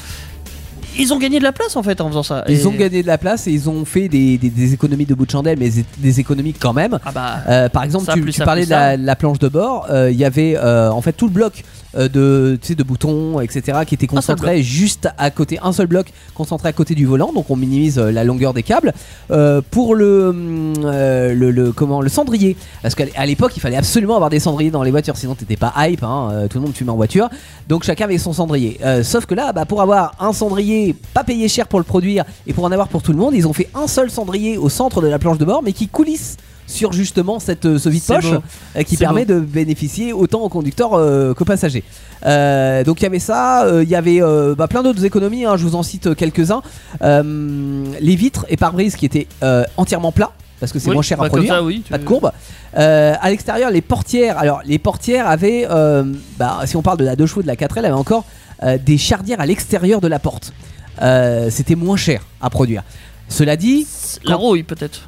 D: Ils ont gagné de la place en fait en faisant ça. Et-
C: ils ont gagné de la place et ils ont fait des, des- des économies de bout de chandelle mais des économies quand même
D: Ah bah,
C: Euh, par exemple,
D: Ça,
C: tu,
D: plus
C: tu
D: ça,
C: parlais
D: plus
C: de la, la planche de bord. euh, Il y avait euh, en fait tout le bloc euh, de, tu sais, de boutons, etc., qui était concentré juste à côté, un seul bloc concentré à côté du volant. Donc on minimise euh, la longueur des câbles. Euh, pour le, hum, euh, le, le- comment le cendrier, parce qu'à à l'époque il fallait absolument avoir des cendriers dans les voitures, sinon t'étais pas hype. hein, euh, tout le monde fumait en voiture. Donc chacun avait son cendrier. Euh, sauf que là, bah, pour avoir un cendrier, pas payé cher pour le produire et pour en avoir pour tout le monde, ils ont fait un seul cendrier au centre de la planche de bord, mais qui coulisse sur justement cette, euh, ce
D: C'est
C: vide-poche
D: beau.
C: euh, qui
D: C'est
C: permet de bénéficier autant aux conducteurs euh, qu'aux passagers. Euh, donc il y avait ça, euh, il y avait euh, bah, plein d'autres économies, hein, je vous en cite euh, quelques-uns. Euh, les vitres et pare-brise qui étaient euh, entièrement plats, parce que c'est
D: oui,
C: moins cher
D: bah,
C: à
D: comme
C: produire
D: ça, oui, tu-
C: pas de courbe. Euh, à l'extérieur, les portières. Alors, les portières avaient, euh, bah, si on parle de la 2 chevaux, de la 4L, avaient encore euh, des chardières à l'extérieur de la porte. Euh, C'était moins cher à produire. Cela dit,
D: La rouille peut-être.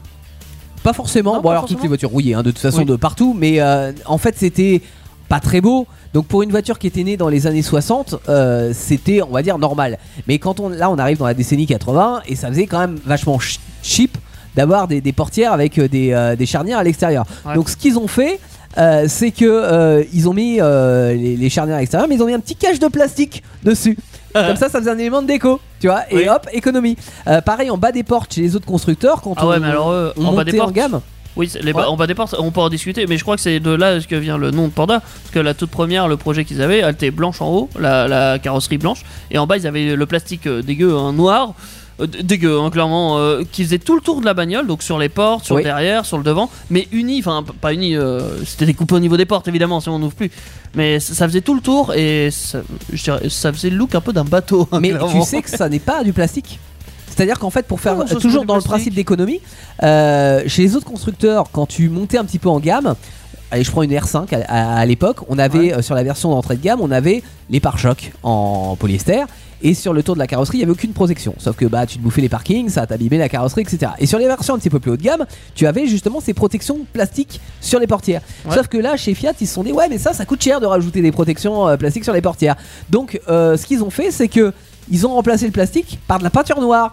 C: pas forcément.
D: Non,
C: bon,
D: pas
C: alors toutes
D: forcément.
C: les voitures rouillées, hein, de toute façon,
D: Oui.
C: de partout. Mais euh, en fait, c'était pas très beau. Donc pour une voiture qui était née dans les années 60, euh, c'était, on va dire, normal. Mais quand on, là, on arrive dans la décennie 80 et ça faisait quand même vachement ch- cheap d'avoir des, des portières avec euh, des, euh, des charnières à l'extérieur.
D: Ouais.
C: Donc ce qu'ils ont fait. euh, c'est que euh, ils ont mis euh, les, les charnières à l'extérieur, mais ils ont mis un petit cache de plastique dessus. Comme ça, ça faisait un élément de déco, tu vois. Et
D: Euh. Oui.
C: hop, économie. Euh, pareil en bas des portes chez les autres constructeurs quand
D: Ah
C: on,
D: ouais, mais alors eux,
C: on
D: en bas des
C: montait en
D: portes.
C: gamme.
D: Oui, c'est- les ba-
C: Ouais.
D: en bas des portes, on peut en discuter, mais je crois que c'est de là que vient le nom de Panda. Parce que la toute première, le projet qu'ils avaient, elle était blanche en haut, la, la carrosserie blanche, et en bas, ils avaient le plastique euh, dégueu, hein, noir. euh, d- dégueu hein, clairement euh, qui faisait tout le tour de la bagnole donc sur les portes sur
C: Oui.
D: le derrière sur le devant mais uni enfin p- pas uni euh, c'était découpé au niveau des portes évidemment si on n'ouvre plus mais c- ça faisait tout le tour et ça, je dirais, ça faisait le look un peu d'un bateau hein,
C: Mais tu
D: clairement.
C: sais que ça n'est pas du plastique. C'est-à-dire qu'en fait, pour faire
D: Comment ça se
C: toujours
D: fait du
C: dans le
D: plastique
C: principe d'économie, euh, chez les autres constructeurs, quand tu montais un petit peu en gamme, allez, je prends une R5 à, à- à l'époque, on avait euh, sur la version d'entrée de gamme, on avait les pare-chocs en polyester. Et sur le tour de la carrosserie, il n'y avait aucune protection. Sauf que bah, tu te bouffais les parkings, ça t'abîmait la carrosserie, etc. Et sur les versions un petit peu plus haut de gamme, tu avais justement ces protections plastiques sur les portières.
D: Ouais.
C: Sauf que là, chez Fiat, ils se sont dit ouais, mais ça, ça coûte cher de rajouter des protections euh, plastiques sur les portières. Donc, euh, ce qu'ils ont fait, c'est que ils ont remplacé le plastique par de la peinture noire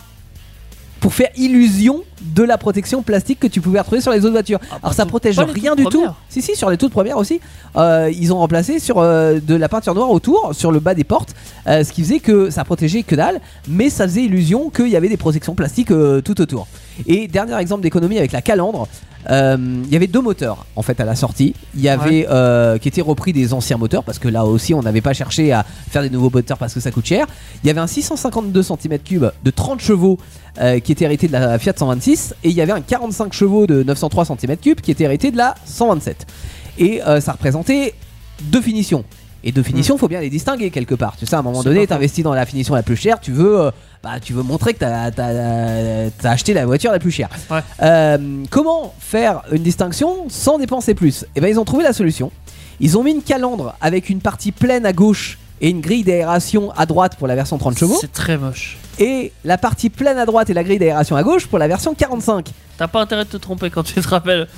C: pour faire illusion de la protection plastique que tu pouvais retrouver sur les autres voitures.
D: Ah,
C: Alors ça
D: pas
C: protège
D: les toutes
C: rien du tout.
D: premières.
C: Si si, sur les toutes premières aussi, Euh, ils ont remplacé sur euh, de la peinture noire autour, sur le bas des portes, euh, ce qui faisait que ça protégeait que dalle, mais ça faisait illusion qu'il y avait des protections plastiques euh, tout autour. Et dernier exemple d'économie avec la calandre. euh, Il y avait deux moteurs en fait à la sortie. Il y avait euh, qui étaient repris des anciens moteurs parce que là aussi on n'avait pas cherché à faire des nouveaux moteurs parce que ça coûte cher. Il y avait un 652 cm3 de 30 chevaux euh, qui était hérité de la Fiat 126 et il y avait un 45 chevaux de 903 cm3 qui était hérité de la 127. Et euh, ça représentait deux finitions. Et deux finitions, faut bien les distinguer quelque part. Tu sais, à un moment
D: C'est
C: donné,
D: pas faux.
C: t'investis dans la finition la plus chère, tu veux, euh, bah, tu veux montrer que t'as as, acheté la voiture la plus chère.
D: Ouais.
C: Euh, comment faire une distinction sans dépenser plus Et ben, ils ont trouvé la solution. Ils ont mis une calandre avec une partie pleine à gauche et une grille d'aération à droite pour la version 30 chevaux
D: c'est très moche
C: et la partie pleine à droite et la grille d'aération à gauche pour la version 45.
D: t'as pas intérêt de te tromper quand tu te rappelles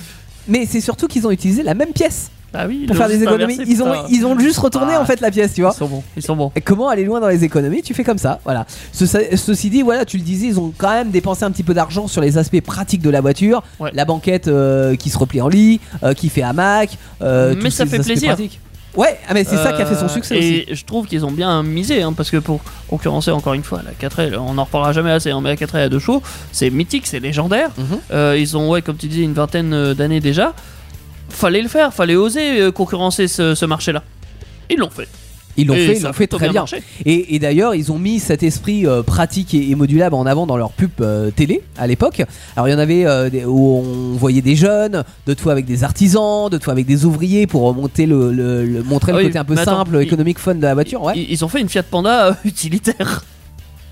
C: Mais c'est surtout qu'ils ont utilisé la même pièce.
D: Ah oui,
C: pour
D: le
C: faire des
D: juste
C: économies.
D: inversé,
C: Ils ont,
D: putain.
C: ils ont juste retourné
D: Ah.
C: en fait la pièce, tu vois.
D: Ils sont bons, ils sont bons.
C: Et comment aller loin dans les économies Tu fais comme ça, voilà. Ce- ceci dit, voilà, tu le disais, ils ont quand même dépensé un petit peu d'argent sur les aspects pratiques de la voiture,
D: Ouais.
C: la banquette euh, qui se replie en lit, euh, qui fait hamac. euh,
D: Mais
C: tous
D: ça
C: ces
D: fait
C: aspects
D: plaisir.
C: pratiques. Ouais, ah, mais c'est ça qui a fait son
D: Euh,
C: succès aussi.
D: Et je trouve qu'ils ont bien misé, hein, parce que pour concurrencer encore une fois la 4L, on n'en reparlera jamais assez, hein, mais la 4L à deux chevaux, c'est mythique, c'est légendaire.
C: Mhm.
D: Euh, ils ont, ouais, comme tu disais, une vingtaine euh, d'années déjà. Fallait le faire, fallait oser euh, concurrencer ce, ce marché-là. Ils l'ont fait.
C: Ils l'ont
D: Et
C: fait, ils
D: ça
C: l'ont
D: a
C: fait
D: plutôt
C: très bien.
D: marché.
C: Et, et d'ailleurs, ils ont mis cet esprit euh, pratique et, et modulable en avant dans leur pub euh, télé à l'époque. Alors, il y en avait euh, des- où on voyait des jeunes, d'autres fois avec des artisans, d'autres fois avec des ouvriers pour monter le, le- le- montrer
D: Ah
C: le
D: oui,
C: côté un peu
D: mais attends,
C: simple,
D: ils-
C: économique, fun de la voiture. Bah, Ouais.
D: Ils, ils ont fait une Fiat Panda euh, utilitaire.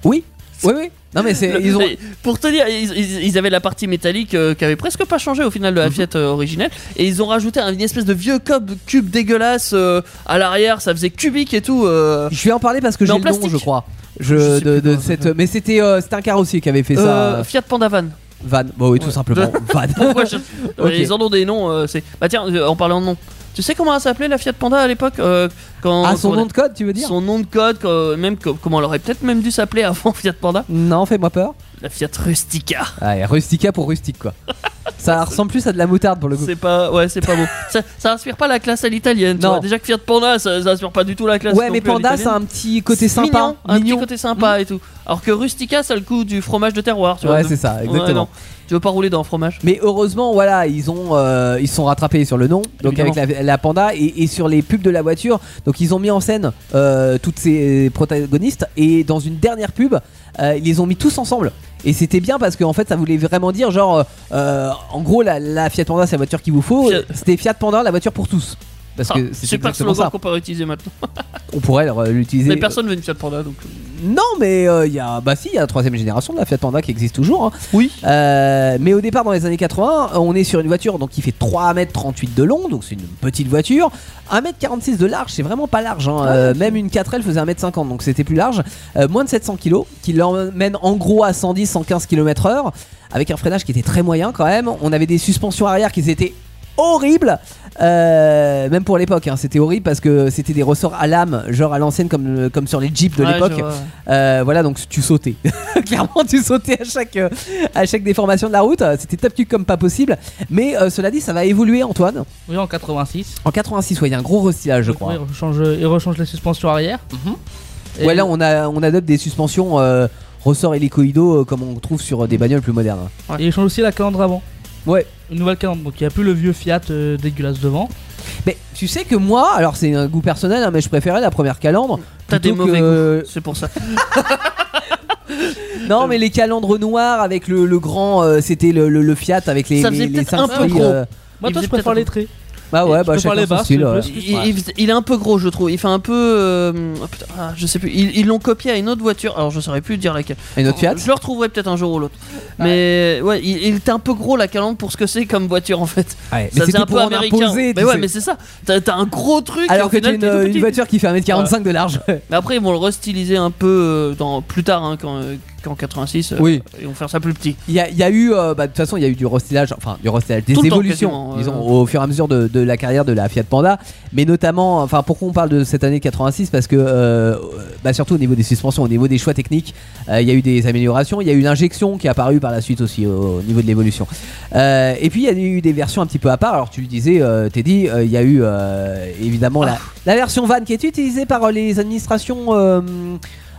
C: Oui, oui, oui. Non, mais c'est,
D: Le-
C: ils ont.
D: mais Pour te dire, ils, ils- ils avaient la partie métallique euh, qui avait presque pas changé au final de la Fiat euh, originelle, et ils ont rajouté un- une espèce de vieux cube, cube dégueulasse euh, à l'arrière, ça faisait cubique et tout. euh.
C: Je vais en parler parce que
D: Mais
C: j'ai
D: en
C: le nom,
D: plastique.
C: je crois. Je,
D: Je sais
C: de,
D: plus
C: de
D: comment ça
C: cette,
D: s'appelle.
C: mais c'était, euh, c'était un carrossier qui avait fait
D: Euh,
C: ça.
D: Fiat Panda Van.
C: Van. Bon, oui, tout
D: ouais.
C: simplement. Van.
D: Pourquoi je-
C: Ok.
D: Ils en ont des noms. euh, c'est... Bah tiens, euh, en parlant de nom, tu sais comment elle s'appelait la Fiat Panda à l'époque euh, quand,
C: Ah, son
D: quand-
C: nom de code, tu veux dire
D: son nom de code, quand- même co- comment elle aurait peut-être même dû s'appeler avant Fiat Panda
C: Non, fais-moi peur.
D: La Fiat Rustica.
C: Ouais, rustica pour rustique, quoi. Ça ressemble plus à de la moutarde pour le coup.
D: C'est pas, ouais, c'est pas beau. ça, ça inspire pas la classe à l'italienne. tu
C: Non.
D: vois. Déjà que Fiat Panda, ça, ça inspire pas du tout la classe.
C: Ouais,
D: non
C: mais
D: plus à
C: panda, ça a
D: l'italienne.
C: un petit côté
D: C'est
C: sympa, Mm.
D: mignon, un petit côté sympa et tout. Alors que Rustica, ça a le coup du fromage de terroir. Tu vois,
C: Ouais,
D: De-
C: c'est ça,
D: Ouais,
C: exactement.
D: non. tu veux pas rouler dans un fromage
C: mais heureusement, voilà, ils ont, euh, ils sont rattrapés sur le nom, donc
D: Évidemment.
C: avec la, la panda et, et sur les pubs de la voiture. Donc ils ont mis en scène euh, toutes ces protagonistes et dans une dernière pub, euh, ils les ont mis tous ensemble. Et c'était bien parce qu'en fait, ça voulait vraiment dire genre, euh, euh, en gros, la, la Fiat Panda, c'est la voiture qu'il vous faut.
D: Fiat-
C: C'était Fiat Panda, la voiture pour tous. Parce
D: Ah,
C: que c'est
D: super
C: exactement
D: slogan
C: ça.
D: qu'on peut réutiliser maintenant.
C: On pourrait euh, l'utiliser.
D: Mais personne veut une Fiat Panda donc.
C: Non, mais euh, il y a, bah si, il y a la troisième génération de la Fiat Panda qui existe toujours. hein.
D: Oui.
C: Euh, mais au départ, dans les années 80, on est sur une voiture donc qui fait 3m38 de long, donc c'est une petite voiture. 1m46 de large, c'est vraiment pas large. hein. Euh, même une 4L faisait 1m50, donc c'était plus large. Euh, moins de 700 kg, qui l'emmène en gros à 110-115 km/h, avec un freinage qui était très moyen quand même. On avait des suspensions arrière qui étaient horribles. Euh, même pour l'époque, hein, c'était horrible parce que c'était des ressorts à lame, genre à l'ancienne comme, comme sur les jeeps de
D: Ouais,
C: l'époque.
D: je vois.
C: Euh, voilà, donc tu sautais. Clairement, tu sautais à chaque, euh, à chaque déformation de la route. Euh, C'était top cul comme pas possible. Mais euh, cela dit, ça va évoluer, Antoine.
E: Oui, en 86.
C: En 86, ouais, il y a un gros restylage, je
E: Donc,
C: crois. Mhm.
E: oui, ils rechangent, ils rechangent les suspensions arrière. Et
C: Ouais, là, on, a, on adopte des suspensions euh, ressort hélicoïdaux euh, comme on trouve sur euh, des bagnoles plus modernes.
E: Et ils changent aussi la calandre avant.
C: Ouais.
E: Une nouvelle calandre. Donc, il n'y a plus le vieux Fiat euh, dégueulasse devant.
C: Mais tu sais que moi, alors c'est un goût personnel, hein, mais je préférais la première calandre.
D: T'as des
C: plutôt
D: mauvais
C: que-
D: C'est pour ça.
C: Non, mais les calandres noirs avec le, le grand, euh, c'était le, le- le Fiat avec les,
D: Ça
C: les,
D: faisait
C: les
D: peut-être
C: cinq
D: un peu
C: fruits,
D: gros.
C: euh,
E: Moi,
D: Il
E: toi,
D: faisait
E: je
D: peut-être
E: préfère
D: un
E: les traits.
C: Bah ouais,
E: tu
C: bah
E: peux
C: chacun
E: parler
C: son
E: bas,
C: style.
E: c'est
C: ouais.
E: plus-
D: Il, il faisait- il est un peu gros, je trouve. Il fait un peu. euh, ah, putain, ah, je sais plus. Ils ils l'ont copié à une autre voiture. Alors je saurais plus dire laquelle.
C: Et notre Fiat
D: Je le retrouverai peut-être un jour ou l'autre. Mais ouais, il, il était un peu gros la calandre pour ce que c'est comme voiture en fait.
C: Ouais,
D: ça faisait
C: c'était
D: un
C: pour
D: peu
C: en
D: américain.
C: imposer, tu
D: mais ouais,
C: sais.
D: mais c'est ça. T'as t'as un gros truc. et
C: Alors
D: au
C: que
D: final,
C: t'es une,
D: t'es tout
C: euh,
D: petit.
C: une voiture qui fait 1m45 de large.
D: Mais après, ils vont le restyliser un peu euh, dans, plus tard, hein, quand, euh, qu'en 86. euh,
C: Oui.
D: Ils vont faire ça plus petit.
C: Il y a, il y a eu, euh, bah, de toute façon, il y a eu du restylage, enfin du restylage, des
D: Tout le temps,
C: évolutions,
D: quasiment, euh.
C: disons, au fur et à mesure de, de la carrière de la Fiat Panda. Mais notamment, enfin, pourquoi on parle de cette année 86 Parce que, euh, bah, surtout au niveau des suspensions, au niveau des choix techniques, euh, il y a eu des améliorations. Il y a eu l'injection qui est apparue par la suite aussi au, au niveau de l'évolution. Euh, et puis, il y a eu des versions un petit peu à part. Alors, tu le disais, euh, Teddy, euh, il y a eu euh, évidemment
D: Ah.
C: la, la version van qui est utilisée par euh, les administrations. euh,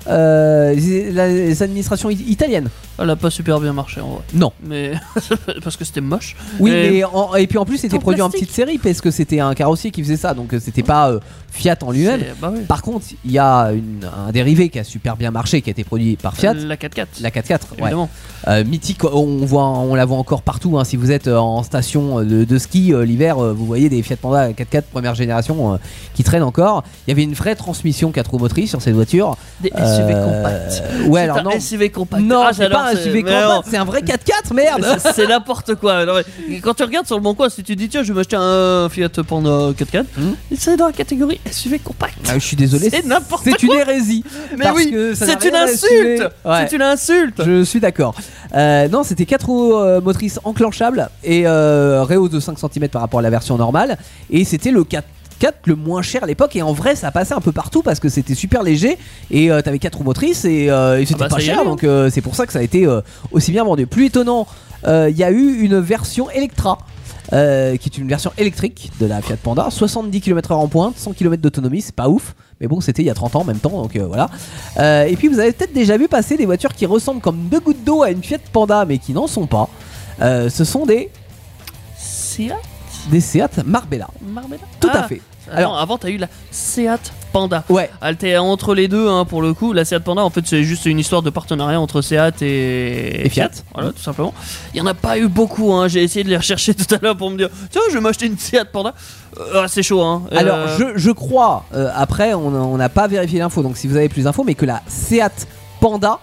C: euh, les- les administrations it- italiennes.
D: Ah, Elle a pas super bien marché en vrai.
C: Non.
D: Mais. Parce que c'était moche.
C: Oui,
D: Et-
C: mais en- et puis en plus, c'était
D: en
C: produit en
D: plastique.
C: petite série parce que c'était un carrossier qui faisait ça, donc euh, c'était pas euh, Fiat en lui-même.
D: C'est- bah oui.
C: Par contre, il y a une- un dérivé qui a super bien marché, qui a été produit par Fiat.
D: La 4x4.
C: La 4x4, ouais.
D: Euh, Évidemment.
C: Euh, mythique, on, voit, on la voit encore partout. hein. Si vous êtes euh, en station euh, de, de ski euh, l'hiver, euh, vous voyez des Fiat Panda 4x4 première génération euh, qui traînent encore. Il y avait une vraie transmission 4 roues motrices sur cette voiture.
D: Des
C: Euh,
D: SUV compact.
C: Ouais,
D: C'est
C: alors
D: un
C: non.
D: SUV compact.
C: Non,
D: Ah,
C: c'est
D: alors,
C: pas un SUV
D: mais non.
C: compact, c'est un vrai 4x4, merde.
D: C'est- C'est n'importe quoi. Non, mais quand tu regardes sur le bon coin, si tu dis tiens, je vais m'acheter un Fiat Panda 4x4,
C: Hmm.
D: c'est dans la catégorie SUV compact.
C: Ah, je suis désolé,
D: C'est n'importe
C: C'est une hérésie.
D: Mais
C: parce
D: oui,
C: que ça n'a
D: c'est une
C: rien à SUV.
D: insulte.
C: Ouais.
D: C'est une insulte.
C: Je suis d'accord. Euh, non, c'était 4 roues euh, motrices enclenchables et euh, réhausse de 5 cm par rapport à la version normale. Et c'était le 4 4 le moins cher à l'époque et en vrai ça passait un peu partout parce que c'était super léger et euh, t'avais 4 roues motrices et, euh, et c'était
D: bah,
C: pas
D: ça y
C: cher
D: allait,
C: donc euh, c'est pour ça que ça a été euh, aussi bien vendu plus étonnant euh, il y a eu une version Electra euh, qui est une version électrique de la Fiat Panda 70 km/h en pointe 100 km d'autonomie c'est pas ouf mais bon c'était il y a 30 ans en même temps donc euh, voilà Euh, et puis vous avez peut-être déjà vu passer des voitures qui ressemblent comme deux gouttes d'eau à une Fiat Panda mais qui n'en sont pas Euh, ce sont des
D: Seat
C: des Seat Marbella
D: Marbella
C: tout à
D: Ah,
C: fait
D: Alors,
C: Alors-
D: avant, t'as eu la Seat Panda.
C: ouais
D: Elle était entre les deux hein, pour le coup. La Seat Panda, en fait, c'est juste une histoire de partenariat entre Seat et,
C: Et Fiat. Hmm.
D: Voilà, tout simplement. Il y en a pas eu beaucoup. hein. J'ai essayé de les rechercher tout à l'heure pour me dire tiens, je vais m'acheter une Seat Panda. Euh, ah, c'est chaud. Hein. Euh,
C: Alors, je, je crois, euh, après, on on n'a pas vérifié l'info, donc si vous avez plus d'infos, mais que la Seat Panda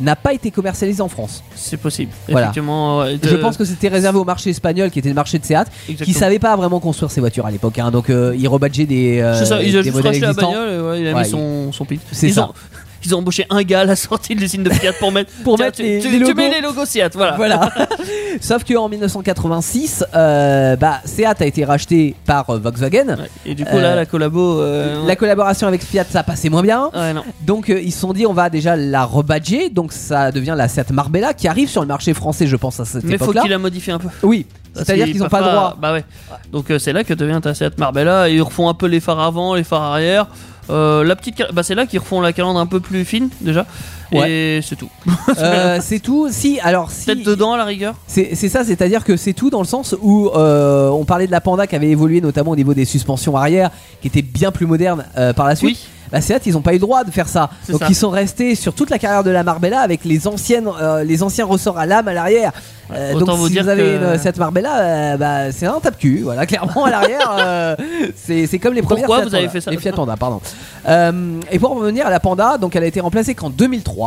C: n'a pas été commercialisée en France.
D: C'est possible.
C: Voilà.
D: Effectivement. ouais,
C: Je
D: de-
C: pense que c'était réservé au marché espagnol, qui était le marché de Seat, qui
D: Euh. Exactement.
C: savait pas vraiment construire ses voitures à l'époque. hein. donc, euh, ils rebadgeaient des, euh,
D: C'est ça, ils ont
C: des
D: juste
C: modèles
D: racheté la
C: existants
D: bagnole et ouais, il a
C: Ouais,
D: mis son, son pit.
C: C'est
D: ils
C: ça.
D: Ont, ils ont embauché un gars à la sortie de l'usine de Fiat pour mettre,
C: pour
D: Tiens,
C: mettre
D: tu,
C: les,
D: tu-
C: les
D: tu
C: logos.
D: mets les logos Seat. Voilà.
C: Voilà. Sauf qu'en 1986, euh, bah, Seat a été racheté par euh, Volkswagen.
D: Ouais. Et du coup, là,
C: Euh,
D: la collabo. euh, Hein
C: La collaboration avec Fiat, ça passait moins bien.
D: ouais, non.
C: Donc euh, ils se sont dit on va déjà la rebadger, donc ça devient la Seat Marbella qui arrive sur le marché français je pense à cette
D: Mais faut
C: époque-là.
D: qu'il la modifie un peu.
C: Oui,
D: Parce
C: c'est-à-dire
D: qu'ils
C: qu'ils n'ont pas
D: peuvent
C: le droit.
D: Bah ouais. Donc euh, c'est là que devient ta Seat Marbella. Ils refont un peu les phares avant, les phares arrière. Euh, la petite, cal- bah c'est là qu'ils refont la calandre un peu plus fine déjà. Et c'est tout.
C: Euh, c'est tout. Si, alors si.
D: Peut-être dedans à la rigueur.
C: C'est c'est ça, c'est-à-dire que c'est tout dans le sens où euh, on parlait de la Panda qui avait évolué notamment au niveau des suspensions arrière, qui était bien plus moderne euh, par la suite.
D: Oui.
C: La Seat, ils n'ont pas eu le droit de faire ça.
D: C'est
C: Donc
D: ça.
C: ils sont restés sur toute la carrière de la Marbella avec les anciennes, euh, les anciens ressorts à lame à l'arrière. Euh,
D: autant
C: donc
D: vous
C: si
D: dire
C: vous avez
D: que-
C: une Seat Marbella, euh, bah, c'est un tape cul. Voilà, clairement à l'arrière, euh, c'est c'est comme les premières.
D: Pourquoi
C: Fiat
D: vous avez
C: Panda.
D: fait ça
C: Les Fiat Panda, pardon. Euh, et pour revenir à la Panda, donc elle a été remplacée qu'en 2003.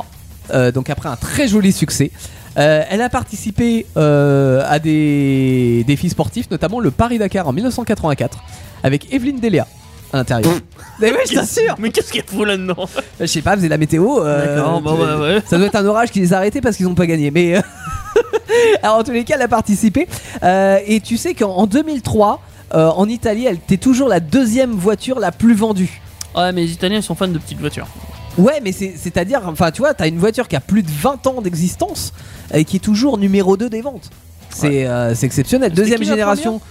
C: euh, donc après un très joli succès. Euh, elle a participé euh, à des défis sportifs, notamment le Paris-Dakar en 1984, avec Evelyne Delia à l'intérieur. Mais oui, je t'assure
D: Mais qu'est-ce qu'il faut là-dedans
C: Je sais pas, faisait la météo. euh,
D: D'accord, bon, bah, ouais.
C: Ça doit être un orage qui les a arrêtés parce qu'ils n'ont pas gagné. Mais euh, alors en tous les cas, elle a participé. Euh, et tu sais qu'en en 2003, euh, en Italie, elle était toujours la deuxième voiture la plus vendue.
D: Ah Ouais, mais les Italiens ils sont fans de petites voitures.
C: Ouais, mais c'est- c'est-à-dire, enfin, tu vois, t'as une voiture qui a plus de 20 ans d'existence et qui est toujours numéro 2 des ventes. C'est euh, c'est exceptionnel. Deuxième
D: qui la
C: génération,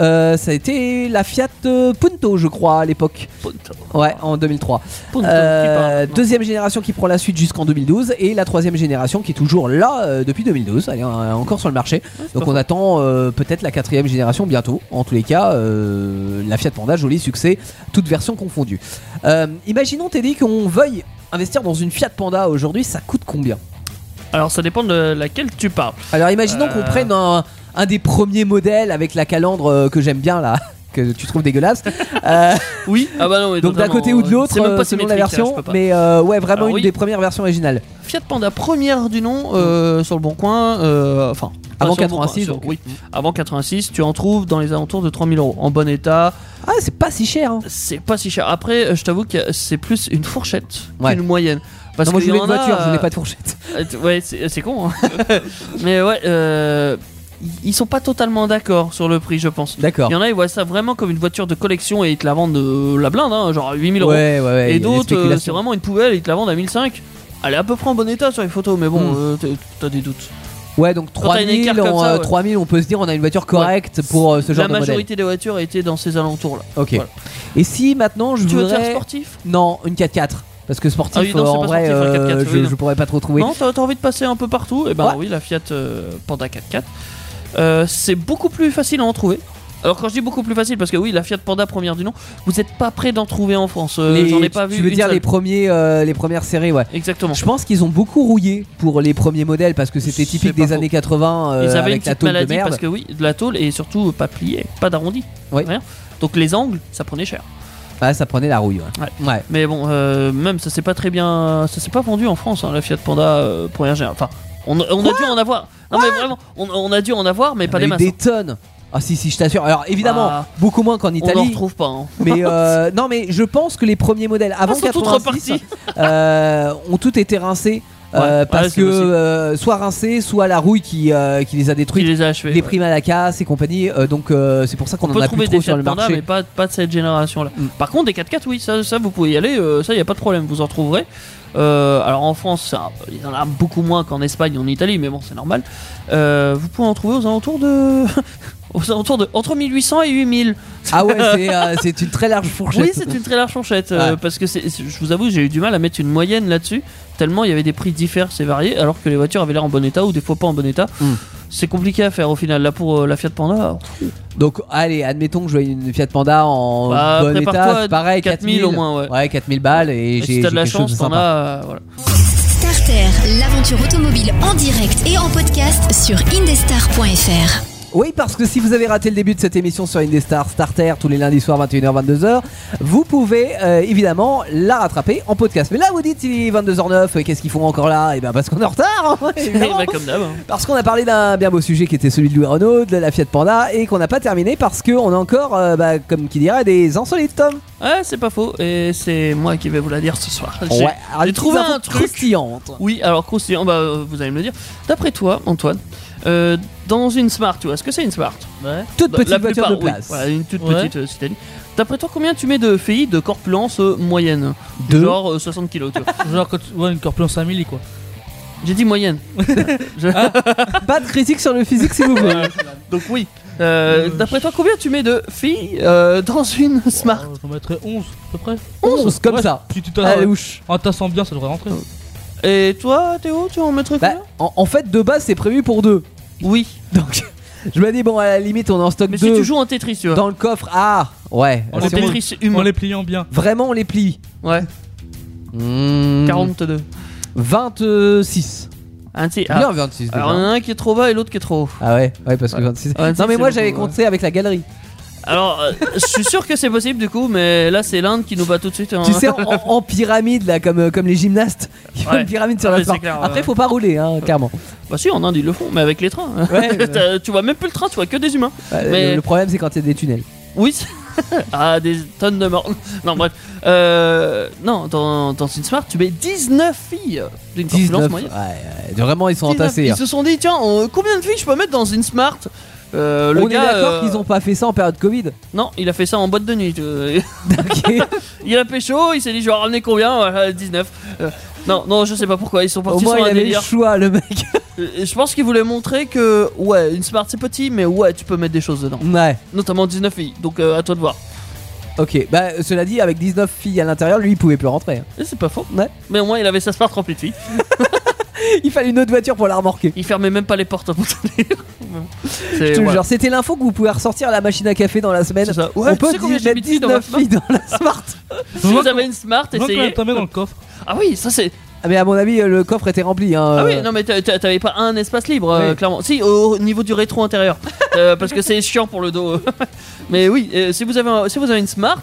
C: euh, ça a été la Fiat euh, Punto, je crois, à l'époque.
D: Punto.
C: Ouais, en 2003.
D: Punto,
C: Euh,
D: qui parle.
C: deuxième génération qui prend la suite jusqu'en 2012 et la troisième génération qui est toujours là euh, depuis 2012. Elle est euh, encore sur le marché. Donc on attend euh, peut-être la quatrième génération bientôt. En tous les cas, euh, la Fiat Panda, joli succès, toutes versions confondues. Euh, imaginons Teddy qu'on veuille investir dans une Fiat Panda aujourd'hui, ça coûte combien
D: Alors ça dépend de laquelle tu parles.
C: Alors imaginons qu'on
D: Euh.
C: prenne un, un des premiers modèles avec la calandre euh, que j'aime bien là. Que tu trouves dégueulasse. Euh,
D: Oui. Ah bah non. mais
C: donc d'un
D: totalement,
C: côté ou
D: euh,
C: de l'autre,
D: c'est même
C: euh,
D: pas
C: selon la
D: symétrique, là,
C: version,
D: je peux pas.
C: mais euh, ouais, vraiment
D: Alors
C: une
D: oui.
C: des premières versions originales.
D: Fiat Panda première du nom euh, sur le bon coin, euh, enfin pas
C: Avant
D: sur le Bon Coin,
C: 86,
D: sur-
C: Ah, donc.
D: oui, avant 86, tu en trouves dans les alentours de 3000 euros en bon état.
C: Ah, c'est pas si cher. Hein.
D: C'est pas si cher. Après, euh, je t'avoue que c'est plus une fourchette
C: Ouais.
D: qu'une moyenne. Parce
C: Non, moi je
D: qu'il
C: voulais
D: y
C: une
D: en a,
C: voiture, je voulais pas de fourchette.
D: euh, t- Ouais, c'est c'est con. hein. Mais ouais, euh, ils- ils sont pas totalement d'accord sur le prix, je pense.
C: D'accord.
D: Il y en a, ils voient ça vraiment comme une voiture de collection et ils te la vendent euh, la blinde, hein, genre à 8000 euros.
C: Ouais, ouais, ouais. il y a
D: et
C: des
D: d'autres, euh, c'est
C: spéculations.
D: vraiment une poubelle, ils te la vendent à 1005. Elle est à peu près en bon état sur les photos, mais bon,
C: Mm.
D: euh, t'es- t'as des doutes.
C: Ouais, donc
D: Quand t'as une écart
C: 3000,
D: comme
C: on,
D: ça,
C: euh,
D: ouais.
C: 3000, on peut se dire on a une voiture correcte pour euh, ce genre
D: la
C: de modèle.
D: majorité des voitures étaient dans ces alentours là.
C: Ok.
D: Voilà.
C: Et si maintenant je
D: Tu veux
C: voudrais.
D: dire sportif
C: Non, une 4x4. Parce que sportif,
D: Ah oui, non,
C: euh,
D: c'est
C: en
D: pas
C: vrai,
D: sportif, la
C: euh,
D: 4x4,
C: je,
D: oui, non.
C: je pourrais pas trop trouver.
D: Non, t'as t'as envie de passer un peu partout Et ben
C: Ouais.
D: oui, la Fiat euh, Panda 4x4. Euh, c'est beaucoup plus facile à en trouver. Alors quand je dis beaucoup plus facile, parce que oui, la Fiat Panda première du nom, vous êtes pas près d'en trouver en France. Euh,
C: Les-
D: J'en ai pas
C: tu
D: vu.
C: veux
D: une
C: dire
D: seule.
C: les, premiers, euh, les premières séries, ouais.
D: Exactement.
C: Je pense qu'ils ont beaucoup rouillé pour les premiers modèles parce que c'était
D: C'est
C: typique
D: pas
C: des
D: faux.
C: années 80 euh,
D: Ils avaient une
C: avec la
D: petite
C: tôle de
D: maladie
C: merde.
D: parce que oui, de la tôle et surtout pas pliée, pas d'arrondi.
C: Oui.
D: Rien. Donc les angles, ça prenait cher.
C: Ouais, ça prenait la rouille. Ouais. Ouais.
D: Mais bon, euh, même ça s'est pas très bien. Ça s'est pas vendu en France, hein, la Fiat Panda euh, première génération. Enfin, on, on a dû en avoir. Non, mais vraiment, on, on a dû en avoir, mais pas
C: bah, Il y en
D: des
C: a eu
D: masses. hein.
C: des tonnes. Ah si si, je t'assure. Alors évidemment,
D: Ah.
C: beaucoup moins qu'en
D: On en
C: Italie.
D: retrouve pas. hein.
C: Mais euh, non, mais je pense que les premiers modèles avant
D: Ah, sont toutes
C: 86 euh, ont tout été rincés euh,
D: Ouais, ouais,
C: parce
D: c'est
C: que
D: possible.
C: euh, soit rincés, soit la rouille qui, euh, qui les a détruits,
D: Il
C: les,
D: les a achevés. ouais.
C: primes à la casse et compagnie. euh, donc euh, c'est pour ça qu'on
D: On
C: en
D: peut
C: a plus
D: trouver
C: trop
D: des
C: sur
D: Fiat
C: le
D: Panda,
C: marché. Mm.
D: mais pas, pas de cette génération-là. Par contre, des 4x4, oui, ça, ça vous pouvez y aller, euh, ça, il n'y a pas de problème, vous en trouverez. Euh, alors en France, ça, il y en a beaucoup moins qu'en Espagne et en Italie, mais bon, c'est normal. Euh, vous pouvez en trouver aux alentours de. aux alentours de. entre 1800 et 8000.
C: Ah ouais, c'est, euh, c'est une très large fourchette.
D: Oui, c'est une très large fourchette, euh,
C: Ouais.
D: parce que c'est- c'est- je vous avoue, j'ai eu du mal à mettre une moyenne là-dessus, tellement il y avait des prix divers et variés, alors que les voitures avaient l'air en bon état ou des fois pas en bon état.
C: Mm.
D: C'est compliqué à faire au final. Là pour euh, la Fiat Panda,
C: Donc allez, admettons que je vois une Fiat Panda en
D: Bah,
C: bon
D: prépare-toi
C: état,
D: à
C: c'est pareil,
D: 4000 au moins, ouais.
C: 4000 balles et,
D: et
C: j'ai
D: si t'as
C: j'ai
D: de la
C: quelque chose
D: chance, t'en
C: sympa.
D: as. euh, voilà.
B: Starter, l'aventure automobile en direct et en podcast sur indestar.fr.
C: Oui, parce que si vous avez raté le début de cette émission sur Indestar Starter tous les lundis soirs 21h-22h, vous pouvez euh, évidemment la rattraper en podcast. Mais là, vous dites, il est 22h09, euh, qu'est-ce qu'ils font encore là Eh bien, parce qu'on est en retard hein, évidemment.
D: Ouais, comme d'hab. hein.
C: Parce qu'on a parlé d'un bien beau sujet qui était celui de Louis Renault, de la Fiat Panda, et qu'on n'a pas terminé parce qu'on a encore, euh, bah, comme qui dirait, des insolites, Tom.
D: Ouais, c'est pas faux. Et c'est moi qui vais vous la dire ce soir. J'ai-
C: alors, des
D: trouvé
C: petites
D: un
C: infos
D: truc.
C: croustillantes.
D: Oui, alors croustillant, bah, euh, vous allez me le dire. D'après toi, Antoine, euh, dans une Smart, tu vois, est-ce que c'est une Smart
E: Ouais.
C: Toute
D: Bah,
C: petite
D: la
C: voiture
D: plupart,
C: de
D: oui.
C: place.
D: Voilà, une toute
E: Ouais.
D: petite euh, citadine. D'après toi, combien tu mets de FI de corpulence euh, moyenne
C: Deux.
D: Genre euh, 60 kilos, tu vois.
E: Genre quand tu vois une corpulence à 1000 quoi.
D: J'ai dit moyenne. Je-
C: Pas de critique sur le physique, s'il vous plaît.
D: Donc oui. Euh, D'après toi, combien tu mets de filles euh, dans une Smart
E: On mettrait 11 à peu près.
C: 11, comme
E: Ouais,
C: ça. Ah,
E: Si tu Ah,
C: À la
E: t'en-
C: louche.
E: en tassant bien, ça devrait rentrer.
D: Et toi, Théo, tu en mettrais
C: Bah,
D: combien
C: en, en fait, de base, c'est prévu pour deux.
D: Oui.
C: Donc, je me dis, bon, à la limite, on est en stock
D: Mais euh, si
C: deux
D: tu joues en Tetris, tu vois.
C: dans le coffre. Ah, ouais.
E: On
D: en
E: les
C: Si on-
E: met-
D: Tetris humain.
E: En les pliant bien.
C: Vraiment, on les plie.
D: Ouais, Hmm.
C: Mmh.
D: 42.
C: 26.
D: Un petit-
C: Bien, 26.
D: Hein, Ah. Alors, il y en
C: déjà.
D: a un qui est trop bas et l'autre qui est trop haut.
C: Ah ouais, ouais, parce que 26.
D: Ouais,
C: non, mais
D: c'est
C: moi,
D: beaucoup,
C: j'avais
D: ouais.
C: compté avec la galerie.
D: Alors, euh, je suis sûr que c'est possible du coup, mais là, c'est l'Inde qui nous bat tout de suite. hein.
C: Tu sais, en, en- en pyramide, là, comme, euh, comme les gymnastes qui font
D: Ouais.
C: une pyramide sur
D: Ah,
C: la
D: mais c'est
C: barre.
D: clair, ouais.
C: Après, faut pas rouler, hein, clairement.
D: Bah, si, en Inde, ils le font, mais avec les trains.
C: Ouais, ouais.
D: T'as- tu vois même plus le train, tu vois que des humains.
C: Ouais,
D: Mais-
C: Euh, le- Le problème, c'est quand il y a des tunnels.
D: Oui. c'est- ah, des tonnes de morts. Non, bref. Euh, non, dans, dans une smart, tu mets 19 filles d'une corpulence
C: 19.
D: moyenne.
C: ouais, ouais, vraiment, ils sont
D: 19.
C: entassés.
D: Ils
C: hein.
D: se sont dit, tiens, on- combien de filles je peux mettre dans une smart Euh, le
C: on
D: gars,
C: est d'accord
D: euh,
C: qu'ils ont pas fait ça en période Covid.
D: Non, il a fait ça en boîte de nuit. euh,
C: Ok.
D: il a pécho, il s'est dit, je vais en ramener combien Voilà, 19. Euh, non, non, je sais pas pourquoi. Ils sont
C: Au
D: partis
C: moins,
D: sur
C: il
D: un
C: avait le
D: délire.
C: choix, le mec.
D: Euh, Je pense qu'il voulait montrer que, ouais, une smart c'est petit, mais ouais, tu peux mettre des choses dedans.
C: Ouais.
D: Notamment 19 filles, donc euh, à toi de voir.
C: Ok, bah cela dit, avec 19 filles à l'intérieur, lui il pouvait plus rentrer. hein.
D: Et c'est pas faux.
C: Ouais.
D: Mais au moins, il avait sa smart remplie de filles.
C: Il fallait une autre voiture pour la remorquer.
D: Il fermait même pas les portes avant de sortir. Bon. C'est-
C: Je te
D: voilà.
C: jure, c'était l'info que vous pouvez ressortir à la machine à café dans la semaine.
D: C'est ça. Ouais,
C: On
D: tu
C: peut
D: sais combien
C: dire- mettre
D: j'ai mis de filles dans ma
C: 19 filles dans la Smart.
D: Si vous avez une smart,
E: Donc
D: essayez.
E: t'en mets dans le coffre.
D: Ah oui, ça c'est.
C: Ah, mais à mon avis, euh, le coffre était rempli. hein.
D: Ah oui, non mais t'a- t'a- t'avais pas un espace libre, euh,
C: Oui.
D: clairement. Si, au niveau du rétro intérieur, Euh, parce que c'est chiant pour le dos. mais oui, euh, si vous avez, un- si vous avez une smart,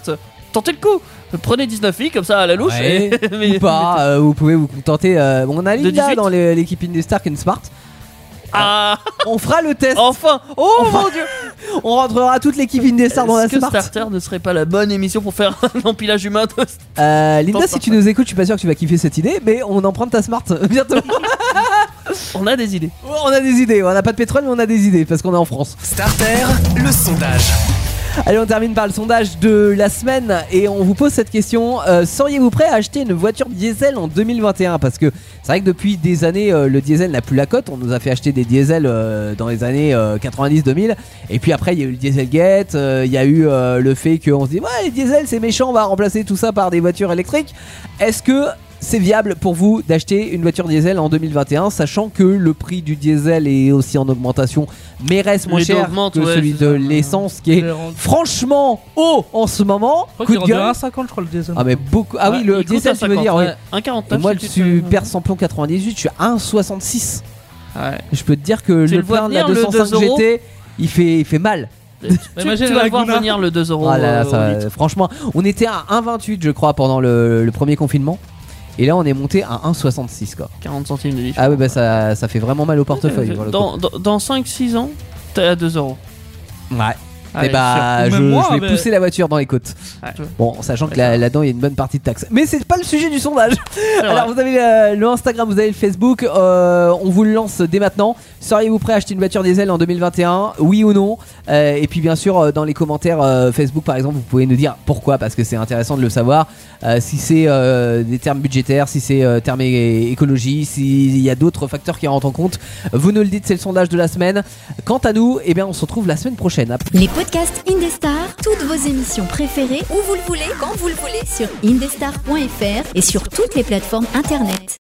D: tentez le coup. Prenez 19 filles comme ça à la louche.
C: Ouais.
D: et- mais-
C: Ou pas, euh, vous pouvez vous contenter. euh, on a Linda
D: 18.
C: dans les- l'équipe Indestar qui est une Smart.
D: Ah,
C: On fera le test.
D: enfin. Oh
C: Enfin,
D: mon dieu.
C: On rentrera toute l'équipe Indestar dans la
D: Est-ce que
C: Smart.
D: Starter ne serait pas la bonne émission pour faire un empilage humain de-
C: Euh, Linda,
D: Pense
C: si tu nous écoutes, je suis pas sûr que tu vas kiffer cette idée, mais on emprunte ta Smart euh, bientôt.
D: On a des idées.
C: on a des idées. On n'a pas de pétrole, mais on a des idées parce qu'on est en France.
A: Starter, le sondage.
C: Allez, on termine par le sondage de la semaine et on vous pose cette question. Euh, Seriez-vous prêt à acheter une voiture diesel en 2021 Parce que c'est vrai que depuis des années, euh, le diesel n'a plus la cote. On nous a fait acheter des diesels euh, dans les années 90-2000. Et puis après, il y a eu le dieselgate, euh, il y a eu euh, le fait qu'on se dit Ouais, les diesels, c'est méchant, on va remplacer tout ça par des voitures électriques. Est-ce que c'est viable pour vous d'acheter une voiture diesel en 2021, sachant que le prix du diesel est aussi en augmentation, mais reste moins
D: Les deux
C: cher
D: augmentent,
C: que
D: ouais,
C: celui
D: c'est
C: de
D: ça.
C: l'essence, qui est
E: Je crois
C: franchement haut en ce moment. Coup
E: qu'il est
C: de
E: rendu à
C: gueule.
E: 1,50 je crois le diesel.
C: Ah mais beaucoup. Ah oui,
D: Ouais,
C: le
D: il coûte
C: diesel,
D: un
C: tu veux
D: 50,
C: dire.
D: ouais.
C: ouais.
D: Un
C: Et
D: 49.
C: moi,
D: si
C: je
D: tu te-
C: suis père sans plomb 98, je suis à 1,66.
D: Ouais.
C: Je peux te dire que
D: Tu
C: le
D: le vois
C: plein de la
D: venir, le
C: 205
D: 2 euros
C: GT, il fait, il fait mal.
D: Tu,
E: Imagine
D: tu vas
E: la
D: le voir
E: Laguna.
D: venir le 2 euros.
C: Ah là là,
D: euh,
C: ça
D: au
C: va-
D: litre.
C: franchement, on était à 1,28 je crois pendant le, le premier confinement. Et là, on est monté à 1,66 quoi.
D: 40 centimes de litre.
C: Ah ouais, bah ça, ça fait vraiment mal au portefeuille. pour le
D: Dans, dans, 5-6 ans, t'es à 2 euros.
C: coup. Ouais.
D: Allez,
C: et bah,
E: sûr.
C: je,
E: Même moi,
C: je vais
E: mais-
C: pousser la voiture dans les côtes.
D: Ouais.
C: Bon, en sachant que là- là-dedans, il y a une bonne partie de taxes. Mais c'est pas le sujet du sondage.
D: C'est vrai.
C: Alors, vous avez euh, le Instagram, vous avez le Facebook. euh, on vous le lance dès maintenant. Seriez-vous prêt à acheter une voiture diesel en 2021 Oui ou non Euh, Et puis, bien sûr, euh, dans les commentaires euh, Facebook, par exemple, vous pouvez nous dire pourquoi, parce que c'est intéressant de le savoir. Euh, si c'est euh, des termes budgétaires, si c'est euh, termes é- écologie, s'il y a d'autres facteurs qui rentrent en compte, vous nous le dites. C'est le sondage de la semaine. Quant à nous, eh bien, on se retrouve la semaine prochaine.
B: Les podcasts Indestar, toutes vos émissions préférées, où vous le voulez, quand vous le voulez, sur indestar.fr et sur toutes les plateformes internet.